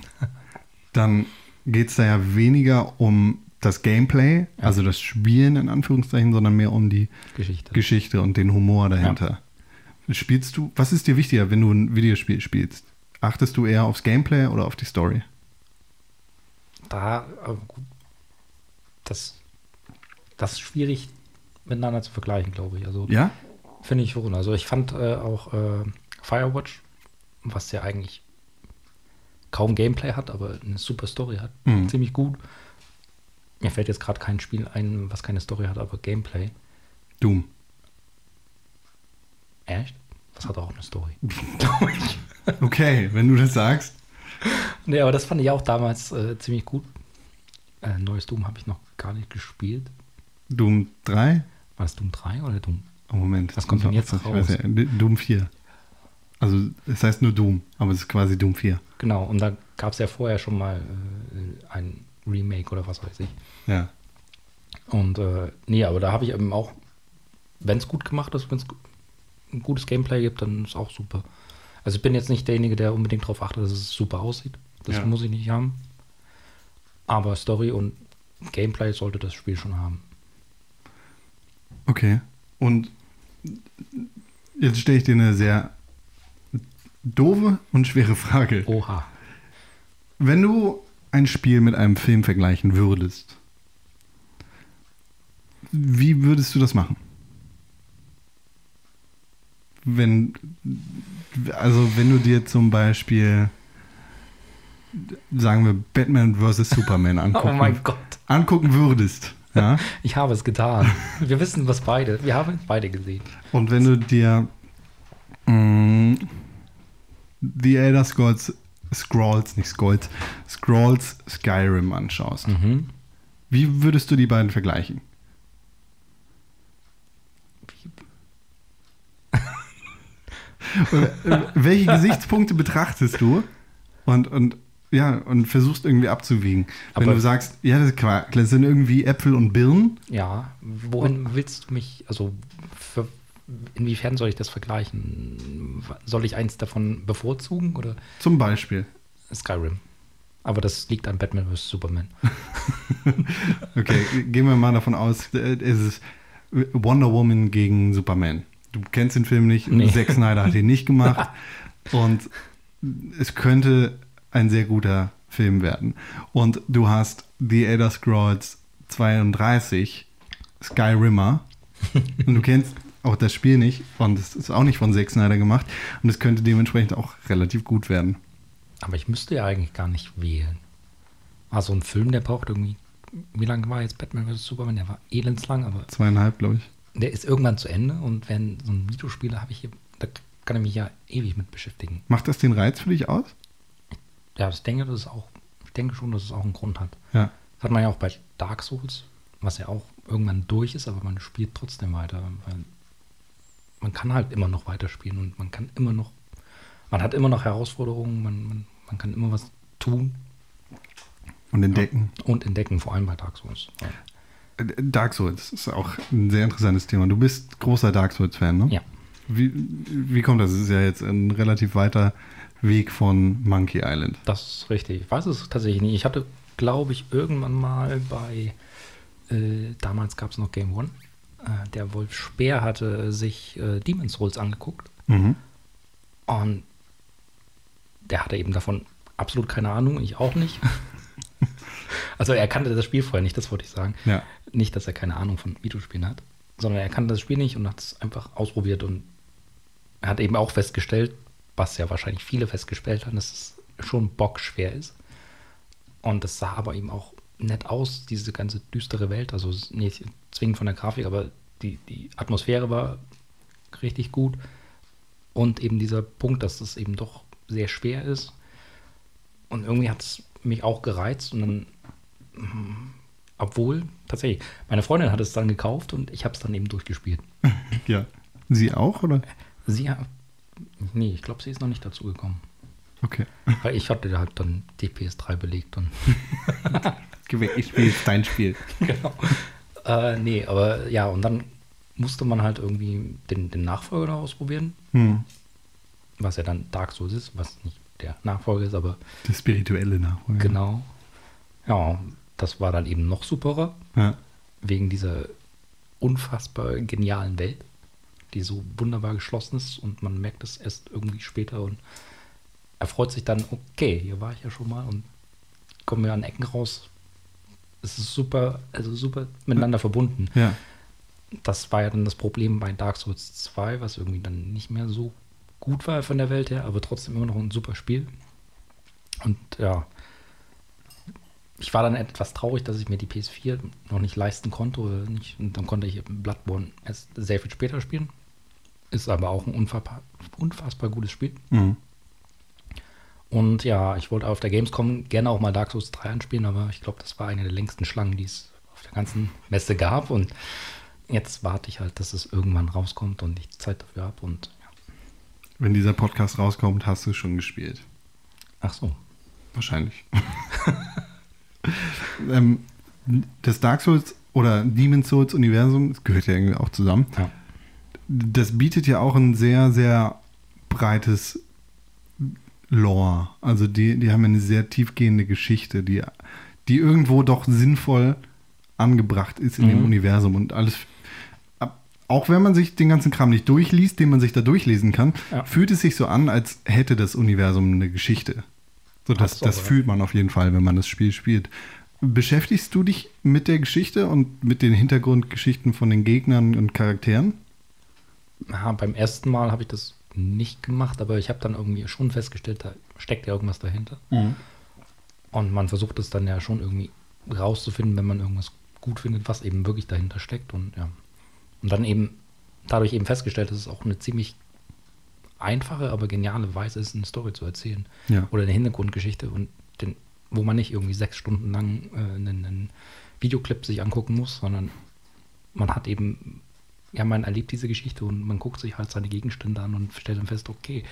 dann geht es da ja weniger um das Gameplay, also das Spielen in Anführungszeichen, sondern mehr um die
Geschichte.
Geschichte und den Humor dahinter. Spielst du, was ist dir wichtiger, wenn du ein Videospiel spielst? Achtest du eher aufs Gameplay oder auf die Story?
Da, äh, gut, das, das ist schwierig miteinander zu vergleichen, glaube ich. Also
Ja?
finde ich schon. Also ich fand äh, auch äh, Firewatch, was ja eigentlich kaum Gameplay hat, aber eine super Story hat,
Mhm.
ziemlich gut. Mir fällt jetzt gerade kein Spiel ein, was keine Story hat, aber Gameplay.
Doom.
Echt? Das hat auch eine Story.
Okay, wenn du das sagst.
Nee, aber das fand ich auch damals äh, ziemlich gut. Äh, neues Doom habe ich noch gar nicht gespielt.
Doom 3?
War das Doom 3 oder Doom?
Oh, Moment.
Was kommt denn jetzt
Ich
raus?
weiß ja, Doom 4. Also, es heißt nur Doom, aber es ist quasi Doom 4.
Genau, und da gab es ja vorher schon mal äh, ein Remake oder was weiß ich.
Ja.
Und äh, nee, aber da habe ich eben auch, wenn es gut gemacht ist, wenn es ein gutes Gameplay gibt, dann ist auch super. Also ich bin jetzt nicht derjenige, der unbedingt darauf achtet, dass es super aussieht. Das
Ja.
muss ich nicht haben. Aber Story und Gameplay sollte das Spiel schon haben.
Okay. Und jetzt stelle ich dir eine sehr doofe und schwere Frage.
Oha.
Wenn du ein Spiel mit einem Film vergleichen würdest, wie würdest du das machen? Wenn, also wenn du dir zum Beispiel, sagen wir, Batman vs. Superman angucken,
Oh mein Gott.
angucken würdest, ja?
Ich habe es getan. Wir wissen was beide. Wir haben es beide gesehen.
Und wenn du dir mh, The Elder Scrolls, Scrolls, nicht Scrolls, Scrolls Skyrim anschaust, wie würdest du die beiden vergleichen? Äh, Welche Gesichtspunkte betrachtest du und, und, ja, und versuchst irgendwie abzuwiegen? Wenn
Aber-
du sagst, ja, das, ist Quark, das sind irgendwie Äpfel und Birnen,
Ja, wohin willst du mich, also für, inwiefern soll ich das vergleichen? Soll ich eins davon bevorzugen oder
zum Beispiel.
Skyrim? Aber das liegt an Batman vs. Superman.
Okay, gehen wir mal davon aus, äh, es ist Wonder Woman gegen Superman. Du kennst den Film nicht,
Nee.
Zack Snyder hat ihn nicht gemacht und es könnte ein sehr guter Film werden. Und du hast The Elder Scrolls 32, Skyrimmer und du kennst auch das Spiel nicht und es ist auch nicht von Zack Snyder gemacht und es könnte dementsprechend auch relativ gut werden.
Aber ich müsste ja eigentlich gar nicht wählen. Also ein Film, der braucht irgendwie, wie lange war jetzt Batman vs. Superman? Der war elendslang, aber
Zweieinhalb, glaube ich.
der ist irgendwann zu Ende und wenn so ein Videospieler habe ich hier, da kann ich mich ja ewig mit beschäftigen.
Macht das den Reiz für dich aus?
Ja, ich denke, das ist auch, ich denke schon, dass es auch einen Grund hat.
Ja.
Das hat man ja auch bei Dark Souls, was ja auch irgendwann durch ist, aber man spielt trotzdem weiter, weil man kann halt immer noch weiterspielen und man kann immer noch, man hat immer noch Herausforderungen, man, man, man kann immer was tun
Und entdecken.
und entdecken, vor allem bei Dark Souls. Ja.
Dark Souls ist auch ein sehr interessantes Thema. Du bist großer Dark Souls-Fan, ne?
Ja.
Wie, wie kommt das? Es ist ja jetzt ein relativ weiter Weg von Monkey Island.
Das ist richtig. Ich weiß es tatsächlich nicht. Ich hatte, glaube ich, irgendwann mal bei, äh, damals gab es noch Game One, äh, der Wolf Speer hatte sich äh, Demon's Souls angeguckt
Mhm.
und der hatte eben davon absolut keine Ahnung, ich auch nicht. also er kannte das Spiel vorher nicht, das wollte ich sagen.
Ja.
Nicht, dass er keine Ahnung von Videospielen hat, sondern er kannte das Spiel nicht und hat es einfach ausprobiert und er hat eben auch festgestellt, was ja wahrscheinlich viele festgestellt haben, dass es schon bockschwer ist. Und das sah aber eben auch nett aus, diese ganze düstere Welt. Also es- nicht zwingend von der Grafik, aber die, die Atmosphäre war richtig gut. Und eben dieser Punkt, dass es eben doch sehr schwer ist. Und irgendwie hat es mich auch gereizt. Und dann, mm, obwohl, tatsächlich, meine Freundin hat es dann gekauft und ich habe es dann eben durchgespielt.
Ja. Sie auch, oder?
Sie hat. Nee, ich glaube, sie ist noch nicht dazu gekommen.
Okay.
Weil ich hatte halt dann die PS3 belegt und.
Geh weg, ich spiele dein Spiel.
genau. äh, nee, aber ja, und dann musste man halt irgendwie den, den Nachfolger da ausprobieren,
Hm.
was ja dann Dark Souls ist, was nicht der Nachfolger ist, aber
Das spirituelle Nachfolger.
genau. Ja, das war dann eben noch superer,
Ja.
wegen dieser unfassbar genialen Welt. die so wunderbar geschlossen ist und man merkt es erst irgendwie später und er freut sich dann, okay, hier war ich ja schon mal und kommen wir an Ecken raus. Es ist super, also super miteinander verbunden.
Ja.
Das war ja dann das Problem bei Dark Souls 2, was irgendwie dann nicht mehr so gut war von der Welt her, aber trotzdem immer noch ein super Spiel. Und ja, ich war dann etwas traurig, dass ich mir die PS4 noch nicht leisten konnte oder nicht. Und dann konnte ich Bloodborne erst sehr viel später spielen. Ist aber auch ein unfassbar, unfassbar gutes Spiel.
Mhm.
Und ja, ich wollte auf der Gamescom gerne auch mal Dark Souls 3 anspielen, aber ich glaube, das war eine der längsten Schlangen, die es auf der ganzen Messe gab. Und jetzt warte ich halt, dass es irgendwann rauskommt und ich Zeit dafür habe. Und ja.
Wenn dieser Podcast rauskommt, hast du schon gespielt.
ach so.
Wahrscheinlich. ähm, das Dark Souls oder Demon Souls Universum, das gehört ja irgendwie auch zusammen.
Ja.
Das bietet ja auch ein sehr, sehr breites Lore. Also die, die haben eine sehr tiefgehende Geschichte, die, die irgendwo doch sinnvoll angebracht ist in dem
Mhm.
Universum und alles. ab- Auch wenn man sich den ganzen Kram nicht durchliest, den man sich da durchlesen kann,
Ja.
fühlt es sich so an, als hätte das Universum eine Geschichte. So, das,
so,
das
ja.
fühlt man auf jeden Fall, wenn man das Spiel spielt. Beschäftigst du dich mit der Geschichte und mit den Hintergrundgeschichten von den Gegnern und Charakteren?
Ja, beim ersten Mal habe ich das nicht gemacht, aber ich habe dann irgendwie schon festgestellt, da steckt ja irgendwas dahinter. Und man versucht es dann ja schon irgendwie rauszufinden, wenn man irgendwas gut findet, was eben wirklich dahinter steckt. Und ja. Und dann eben dadurch eben festgestellt, dass es auch eine ziemlich einfache, aber geniale Weise ist, eine Story zu erzählen.
Ja.
Oder eine Hintergrundgeschichte und den, wo man nicht irgendwie sechs Stunden lang äh, einen, einen Videoclip sich angucken muss, sondern man hat eben ja, man erlebt diese Geschichte und man guckt sich halt seine Gegenstände an und stellt dann fest, okay,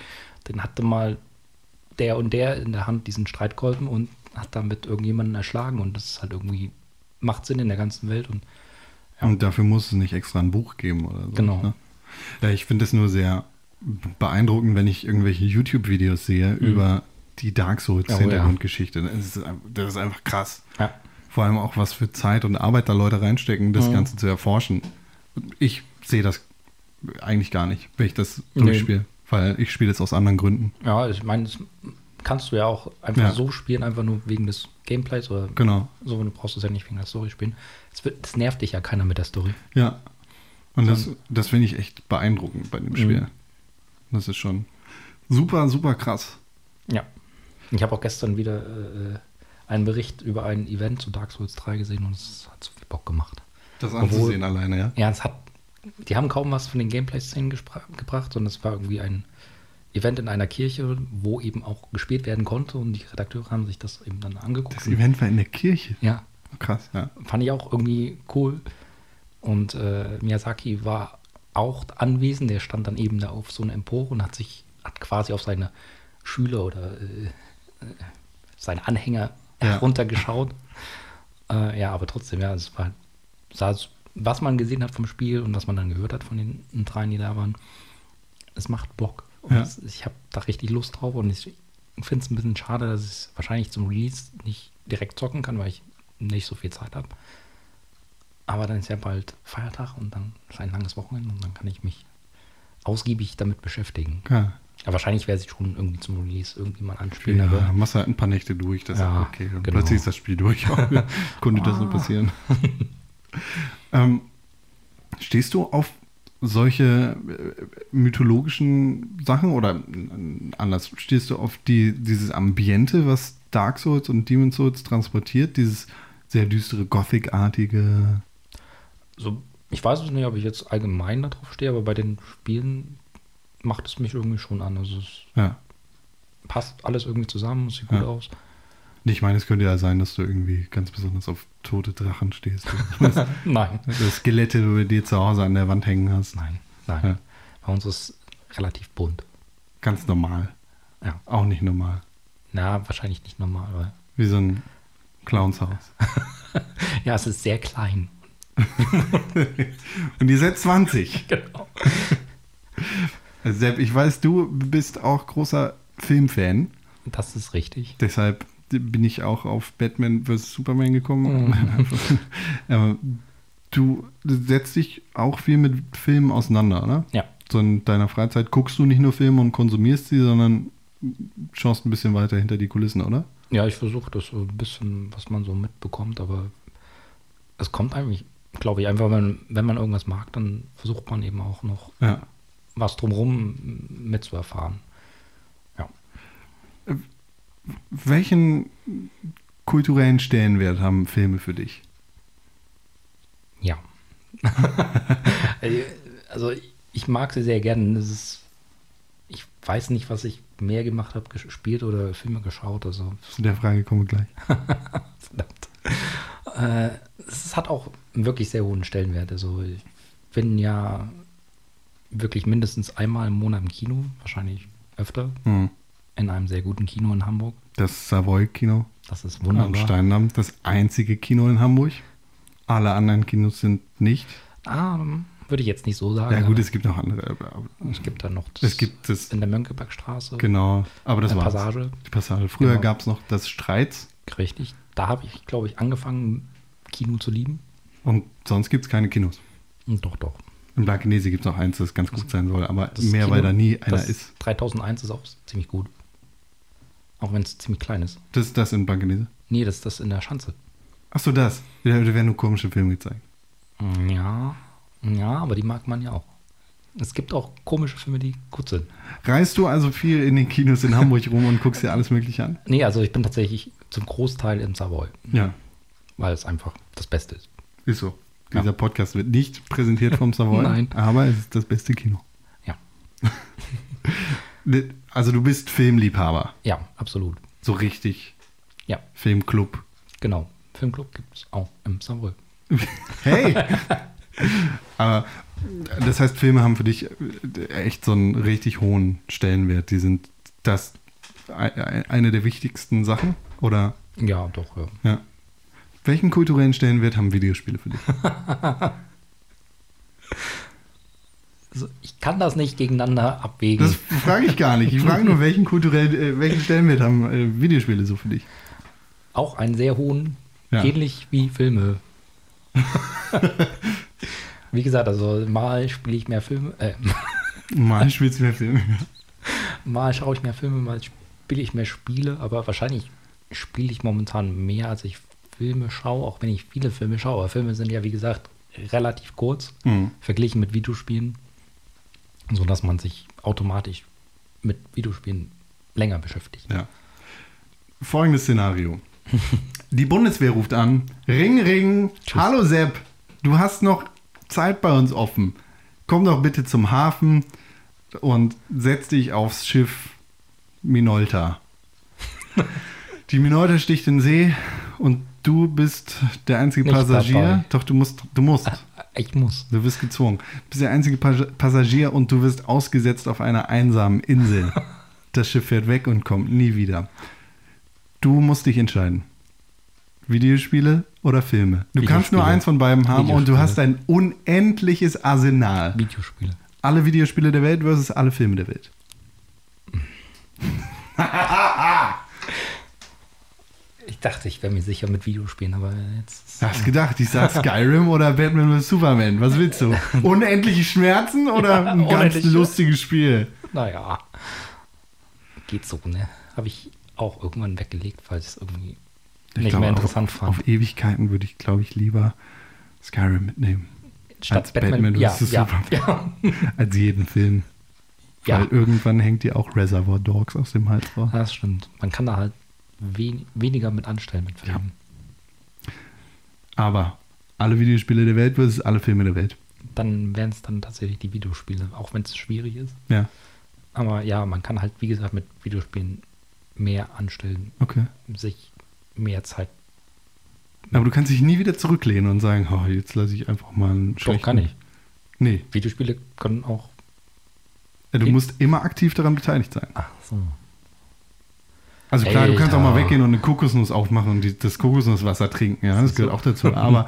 den hatte mal der und der in der Hand diesen Streitkolben und hat damit irgendjemanden erschlagen und das ist halt irgendwie, macht Sinn in der ganzen Welt und Ja.
Und dafür muss es nicht extra ein Buch geben oder so.
Genau.
Ne? Ja, ich finde es nur sehr beeindruckend, wenn ich irgendwelche YouTube-Videos sehe über die Dark
Oh, Mhm. ja.
Souls-Hintergrundgeschichte. Das, ist, das ist einfach krass.
ja, Mhm.
Vor allem auch, was für Zeit und Arbeit da Leute reinstecken, das Ganze zu erforschen. Ich sehe das eigentlich gar nicht, wenn ich das
Nee.
durchspiele. Weil ich spiele es aus anderen Gründen.
ja ich meine, das kannst du ja auch einfach
Ja.
so spielen, einfach nur wegen des Gameplays oder
Genau.
so, du brauchst es ja nicht wegen der Story spielen. Es wird, das nervt dich ja keiner mit der Story.
Ja. Und das, das finde ich echt beeindruckend bei
Mhm.
dem Spiel. Das ist schon super, super krass.
Ja. Ich habe auch gestern wieder äh, einen Bericht über ein Event zu Dark Souls 3 gesehen und es hat so viel Bock gemacht.
Das
Obwohl-
anzusehen alleine, ja.
Ja, es hat. Die haben kaum was von den Gameplay-Szenen gespra- gebracht, sondern es war irgendwie ein Event in einer Kirche, wo eben auch gespielt werden konnte und die Redakteure haben sich das eben dann angeguckt.
Das Event war in der Kirche. Oh,
ja,
Krass, ja.
fand ich auch irgendwie cool. Und äh, Miyazaki war auch anwesend, der stand dann eben da auf so einer Empore und hat sich, hat quasi auf seine Schüler oder äh, äh, seine Anhänger
Ja.
heruntergeschaut. Äh, ja, aber trotzdem, ja, es war, sah, was man gesehen hat vom Spiel und was man dann gehört hat von den dreien, die da waren, es macht Bock. Und
Ja.
es, ich habe da richtig Lust drauf und ich finde es ein bisschen schade, dass ich es wahrscheinlich zum Release nicht direkt zocken kann, weil ich nicht so viel Zeit habe. Aber dann ist ja bald Feiertag und dann ist ein langes Wochenende und dann kann ich mich ausgiebig damit beschäftigen.
Ja,
Aber wahrscheinlich werde ich schon irgendwie zum Release irgendwie mal anspielen.
ja.
Aber
machst halt ein paar Nächte durch, das
Ja,
ist okay. Und
genau.
plötzlich ist das Spiel durch. Ah. Konnte das nur passieren. ähm, stehst du auf solche äh, mythologischen Sachen oder äh, anders, stehst du auf die, dieses Ambiente, was Dark Souls und Demon Souls transportiert, dieses sehr düstere, gothic-artige.
so, ich weiß es nicht, ob ich jetzt allgemein darauf stehe, aber bei den Spielen macht es mich irgendwie schon an. Also es
Ja.
passt alles irgendwie zusammen, es sieht gut
Ja.
aus.
Ich meine, es könnte ja sein, dass du irgendwie ganz besonders auf tote Drachen stehst.
Nein.
Das Skelette, die du bei dir zu Hause an der Wand hängen hast.
Nein, nein.
Ja.
Bei uns ist es relativ bunt.
Ganz normal.
Ja.
Auch nicht normal.
Na, wahrscheinlich nicht normal, aber.
Wie so ein Clownshaus.
Ja, es ist sehr klein.
Und ihr seid 20.
Genau.
Sepp, ich weiß, du bist auch großer Filmfan.
Das ist richtig.
Deshalb bin ich auch auf Batman vs. Superman gekommen. Ähm, du setzt dich auch viel mit Filmen auseinander, ne?
Ja.
So in deiner Freizeit guckst du nicht nur Filme und konsumierst sie, sondern schaust ein bisschen weiter hinter die Kulissen, oder?
Ja, ich versuche das so ein bisschen, was man so mitbekommt, aber es kommt eigentlich, glaube ich, einfach, wenn, wenn man irgendwas mag, dann versucht man eben auch noch
Ja.
was drumherum mitzuerfahren.
Welchen kulturellen Stellenwert haben Filme für dich?
Ja. also ich mag sie sehr gerne. Das ist, ich weiß nicht, was ich mehr gemacht habe, gespielt oder Filme geschaut. Also
Zu der Frage kommen wir gleich.
verdammt. Äh, es hat auch einen wirklich sehr hohen Stellenwert. Also ich bin ja wirklich mindestens einmal im Monat im Kino, wahrscheinlich öfter,
Hm.
in einem sehr guten Kino in Hamburg.
Das Savoy-Kino
Das ist
am
wunderbar.
Steindamm, das einzige Kino in Hamburg. Alle anderen Kinos sind nicht.
Ah, ähm, würde ich jetzt nicht so sagen.
Ja gut,
aber
es gibt noch andere. aber- aber-
es gibt da noch das
Es gibt das,
in der Mönckebergstraße.
genau. Aber das
Eine
war's.
Passage.
Die Passage. Früher
Genau.
gab es noch das Streits
Richtig. Da habe ich, glaube ich, angefangen, Kino zu lieben.
und sonst gibt es keine Kinos.
Und doch, doch.
Im Blankenese gibt es noch eins, das ganz gut sein soll, aber
Das
mehr,
Kino,
weil da nie einer
das
ist.
3001 ist auch ziemlich gut. Auch wenn es ziemlich klein ist.
Das ist das in Blankenese.
Nee, das ist das in der Schanze.
Achso, das. Da da werden nur komische Filme gezeigt.
Ja, ja, aber die mag man ja auch. Es gibt auch komische Filme, die gut sind.
Reist du also viel in den Kinos in Hamburg rum und guckst dir alles Mögliche an?
Nee, also ich bin tatsächlich zum Großteil im Savoy,
Ja,
weil es einfach das Beste ist.
ist so.
Ja.
Dieser Podcast wird nicht präsentiert vom Savoy,
Nein.
aber es ist das beste Kino.
Ja,
Ne, Also du bist Filmliebhaber,
ja, absolut.
so richtig
Ja,
Filmclub.
genau. Filmclub gibt es auch im Savoy.
Hey! aber das heißt, Filme haben für dich echt so einen richtig hohen Stellenwert. Die sind das ei- ei- eine der wichtigsten Sachen, oder?
Ja, doch, ja.
Ja. Welchen kulturellen Stellenwert haben Videospiele für dich?
Also ich kann das nicht gegeneinander abwägen.
Das frage ich gar nicht. Ich frage nur, welchen kulturellen, äh, welchen Stellenwert haben äh, Videospiele so für dich?
auch einen sehr hohen,
Ja.
ähnlich wie Filme. wie gesagt, also mal spiele ich mehr Filme, äh,
Mal spielst du mehr Filme.
mal schaue ich mehr Filme, mal spiele ich mehr Spiele, aber wahrscheinlich spiele ich momentan mehr, als ich Filme schaue, auch wenn ich viele Filme schaue. Aber Filme sind ja, wie gesagt, relativ kurz,
Mhm.
verglichen mit Videospielen, sodass man sich automatisch mit Videospielen länger beschäftigt.
Ja. Folgendes Szenario. Die Bundeswehr ruft an. Ring, ring. Hallo Sepp, du hast noch Zeit bei uns offen. Komm doch bitte zum Hafen und setz dich aufs Schiff Minolta. Die Minolta sticht in den See und du bist der einzige
Nicht
Passagier.
dabei.
Doch, du musst. Du musst.
Ich muss.
Du wirst gezwungen. Du bist der einzige Pas- Passagier und du wirst ausgesetzt auf einer einsamen Insel. Das Schiff fährt weg und kommt nie wieder. Du musst dich entscheiden. Videospiele oder Filme? Du kannst nur
Videospiele.
eins von beiden haben und du
Videospiele.
hast ein unendliches Arsenal.
Videospiele.
Alle Videospiele der Welt versus alle Filme der Welt.
Ich dachte, ich wäre mir sicher mit Videospielen, aber jetzt.
Hast gedacht, ich sag Skyrim oder Batman vs. Superman. Was willst du? Unendliche Schmerzen oder ein ganz
unendliche.
lustiges Spiel?
Naja. Geht so, ne? Habe ich auch irgendwann weggelegt, weil ich es irgendwie
Ich
nicht
glaube,
mehr interessant
auf,
fand.
Auf Ewigkeiten würde ich, glaube ich, lieber Skyrim mitnehmen. als Batman
ja,
vs.
ja,
Superman.
ja,
Als jeden Film.
ja.
Weil irgendwann hängt dir auch Reservoir Dogs aus dem Hals raus.
Das stimmt. Man kann da halt wen weniger mit anstellen mit Filmen.
Aber alle Videospiele der Welt versus alle Filme der Welt.
Dann wären es dann tatsächlich die Videospiele, auch wenn es schwierig ist.
Ja,
Aber ja, man kann halt, wie gesagt, mit Videospielen mehr anstellen,
okay.
sich mehr Zeit.
Aber du kannst dich nie wieder zurücklehnen und sagen, oh, jetzt lasse ich einfach mal einen
Doch,
schlechten-
kann ich.
Nee, äh,
Videospiele können auch.
du
Ich-
musst immer aktiv daran beteiligt sein.
Ach so.
Also klar, du kannst
Alter.
auch mal weggehen und eine Kokosnuss aufmachen und die, das Kokosnusswasser trinken. Ja, das gehört auch dazu. Aber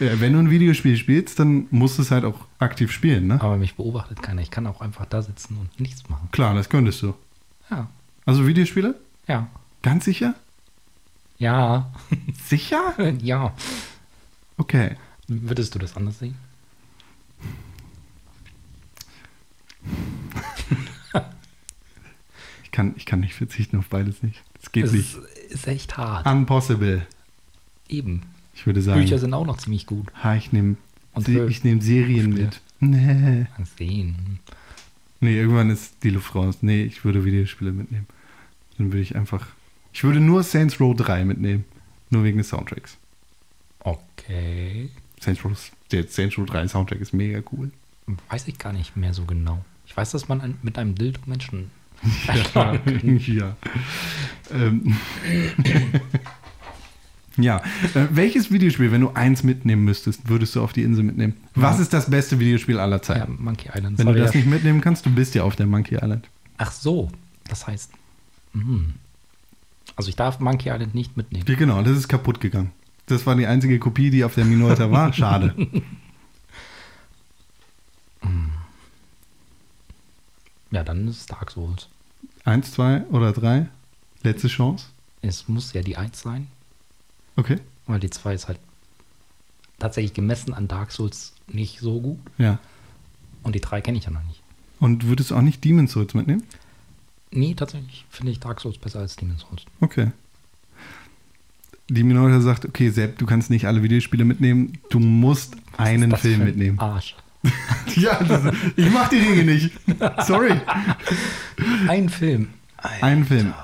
äh, wenn du ein Videospiel spielst, dann musst du es halt auch aktiv spielen. Ne?
Aber mich beobachtet keiner. Ich kann auch einfach da sitzen und nichts machen.
Klar, das könntest du.
Ja,
Also Videospiele?
ja,
Ganz sicher?
ja,
Sicher?
ja.
Okay.
Würdest du das anders sehen?
Ich kann, ich kann nicht verzichten auf beides nicht. Das geht
Es
nicht. Ah.
ist, ist echt hart.
Impossible.
Eben.
Ich würde sagen.
Bücher sind auch noch ziemlich gut.
Ha, ich nehme
Und
Se
Hö-
ich nehm Serien
Spiele.
mit. Nee.
Mal Sehen.
nee, irgendwann ist die Luft raus. Nee, ich würde Videospiele mitnehmen. Dann würde ich einfach. Ich würde nur Saints Row 3 mitnehmen. Nur wegen des Soundtracks.
Okay.
Saints Row, der Saints Row 3 Soundtrack ist mega cool.
Weiß ich gar nicht mehr so genau. Ich weiß, dass man ein, mit einem Dildo Menschen.
Ja. ja. Ähm. ja. Äh, welches Videospiel, wenn du eins mitnehmen müsstest, würdest du auf die Insel mitnehmen? Was ist das beste Videospiel aller
Ja,
Zeiten?
Monkey Island.
wenn du
Sorry,
das
ja.
nicht mitnehmen kannst, du bist ja auf der Monkey Island.
Ach so. Das heißt. hm. Also ich darf Monkey Island nicht mitnehmen.
Ja, genau, das ist kaputt gegangen. Das war die einzige Kopie, die auf der Minolta war. Schade.
Ja, dann ist es Dark Souls.
Eins, zwei oder drei. Letzte Chance.
Es muss ja die 1 sein,
Okay.
weil die 2 ist halt tatsächlich gemessen an Dark Souls nicht so gut.
Ja.
Und die 3 kenne ich ja noch nicht.
Und würdest du auch nicht Demon's Souls mitnehmen?
Nee, tatsächlich finde ich Dark Souls besser als Demon's Souls.
Okay. Die Minolta sagt, okay, Sepp, du kannst nicht alle Videospiele mitnehmen. Du musst einen
Das ist
Film
für ein
mitnehmen.
Arsch.
Ja, das, ich mach die Dinge nicht. Sorry.
Ein Film.
Einen Film.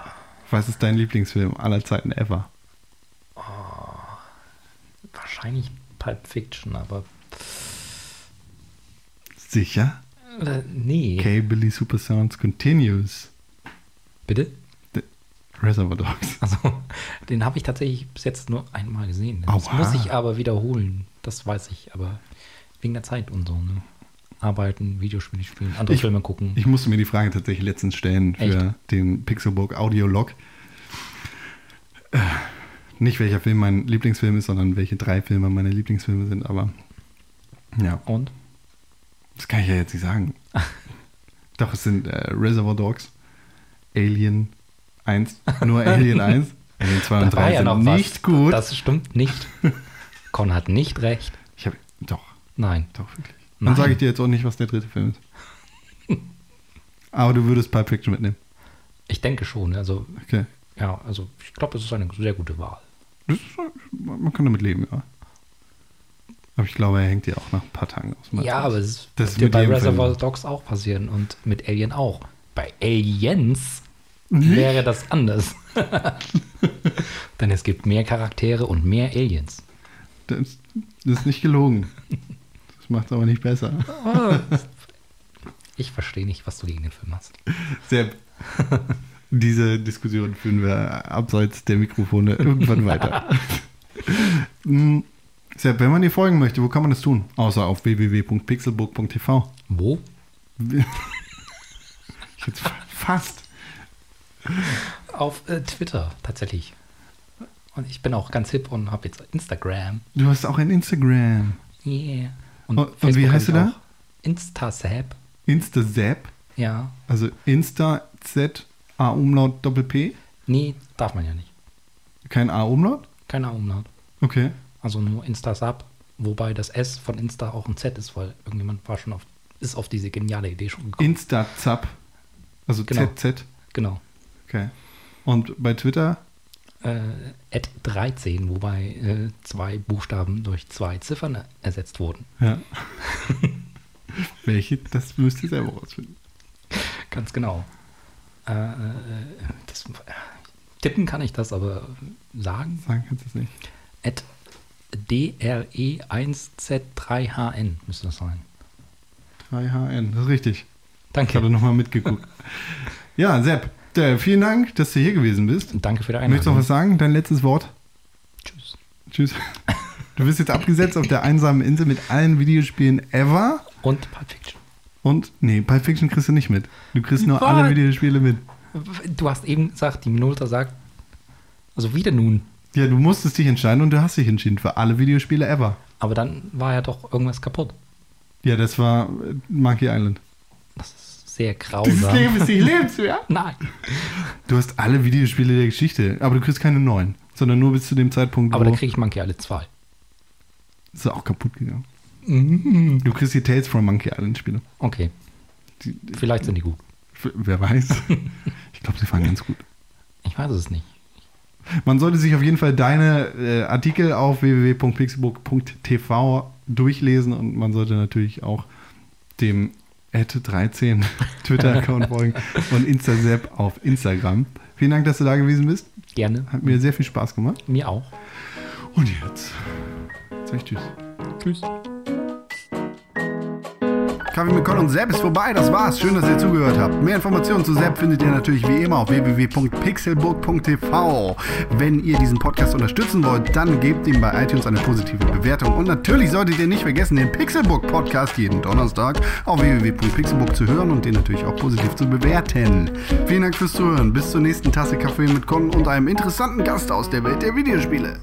Was ist dein Lieblingsfilm aller Zeiten ever?
Wahrscheinlich Pulp Fiction, aber
Sicher?
äh, nee.
Okay, Billy Super Sounds Continues.
Bitte?
The Reservoir Dogs.
Also, den habe ich tatsächlich bis jetzt nur einmal gesehen. Das
Oha.
muss ich aber wiederholen. Das weiß ich, aber wegen der Zeit und so. Ne? Arbeiten, Videospiele spielen, andere
Ich-
Filme gucken.
Ich musste mir die Frage tatsächlich letztens stellen für
Echt?
den Pixelburg Audiolog. Äh, Nicht welcher Film mein Lieblingsfilm ist, sondern welche drei Filme meine Lieblingsfilme sind, aber ja,
und?
das kann ich ja jetzt nicht sagen. Doch, es sind äh, Reservoir Dogs, Alien 1, nur Alien 1, Alien 2 und 3 sind nicht gut.
Das stimmt nicht. Con hat nicht recht.
ich hab, doch,
Nein.
doch, wirklich. Dann
Nein.
sage ich dir jetzt auch nicht, was der dritte Film ist. aber du würdest Pulp Fiction mitnehmen.
Ich denke schon. Also,
Okay.
ja, also ich glaube, es ist eine sehr gute Wahl.
Das ist, man kann damit leben, ja. Aber ich glaube, er hängt ja auch nach ein paar Tagen aus. dem
ja,
Matras.
aber es
Das
wird
ist
dir
mit
bei
jedem
Reservoir
Film.
Dogs auch passieren und mit Alien auch. Bei Aliens
Hm?
wäre das anders. Denn es gibt mehr Charaktere und mehr Aliens.
Das, ist- das ist nicht gelogen. Das macht es aber nicht besser.
Ich verstehe nicht, was du gegen den Film hast.
Sepp, diese Diskussion führen wir abseits der Mikrofone irgendwann weiter. Mm, Sepp, wenn man dir folgen möchte, wo kann man das tun? Außer auf www.pixelburg.tv.
Wo?
Ich jetzt fast.
Auf äh, Twitter, tatsächlich. Und ich bin auch ganz hip und habe jetzt Instagram.
Du hast auch ein Instagram.
Yeah.
Und- und
Facebook
wie heißt
hab
du
ich
da?
auch. Instasap.
Insta-Sepp.
Ja.
Also Insta Z A Umlaut Doppel P.
Nee, darf man ja nicht.
Kein A Umlaut?
Keine Umlaut.
Okay.
Also nur Instasap, wobei das S von Insta auch ein Z ist, weil irgendjemand war schon auf, ist auf diese geniale Idee schon gekommen.
Insta Zap. Also
Genau.
ZZ.
genau.
Okay. Und bei Twitter
Äh, at 13, wobei äh, zwei Buchstaben durch zwei Ziffern ersetzt wurden.
ja. Welche? Das müsst ihr selber rausfinden.
Ganz genau. Äh, äh, das, tippen kann ich das, aber sagen?
Sagen kannst du es nicht.
At E DRE1Z3HN müsste das sein.
3HN, das ist richtig. Ich habe
Danke.
nochmal mitgeguckt. ja, Sepp, äh, vielen Dank, dass du hier gewesen bist.
Danke für die
Möchtest du noch
Einladung.
was sagen? Dein letztes Wort?
Tschüss.
Tschüss. Du bist jetzt abgesetzt auf der einsamen Insel mit allen Videospielen ever.
Und Pulp Fiction.
Und nee, Pulp Fiction kriegst du nicht mit. Du kriegst nur alle
Was?
Videospiele mit.
Du hast eben gesagt, die Minolta sagt, also wieder nun.
Ja, du musstest dich entscheiden und du hast dich entschieden für alle Videospiele ever.
Aber dann war ja doch irgendwas kaputt.
Ja, das war äh, Monkey Island.
Das ist sehr
Dieses
grausam.
Leben ist nicht lebenswert.
Nein.
Du hast alle Videospiele der Geschichte, aber du kriegst keine neuen, sondern nur bis zu dem Zeitpunkt,
Aber da
wo
kriege ich Monkey alle zwei.
Ist auch kaputt gegangen.
Mhm.
Du kriegst die Tales from Monkey Island Spiele.
Okay.
Die- die-
Vielleicht sind die gut.
f- Wer weiß. ich glaube, sie waren ganz gut.
Ich weiß es nicht.
Man sollte sich auf jeden Fall deine äh, Artikel auf www.pixelburg.tv durchlesen und man sollte natürlich auch dem @13 Twitter-Account folgen und Instasep auf Instagram. Vielen Dank, dass du da gewesen bist.
Gerne.
Hat mir sehr viel Spaß gemacht.
Mir auch.
Und jetzt sag ich Tschüss.
Tschüss.
Kaffee mit Con und Sepp ist vorbei, das war's. Schön, dass ihr zugehört habt. Mehr Informationen zu Sepp findet ihr natürlich wie immer auf www.pixelburg.tv. Wenn ihr diesen Podcast unterstützen wollt, dann gebt ihm bei iTunes eine positive Bewertung. Und natürlich solltet ihr nicht vergessen, den Pixelburg Podcast jeden Donnerstag auf www.pixelburg zu hören und den natürlich auch positiv zu bewerten. Vielen Dank fürs Zuhören. Bis zur nächsten Tasse Kaffee mit Con und einem interessanten Gast aus der Welt der Videospiele.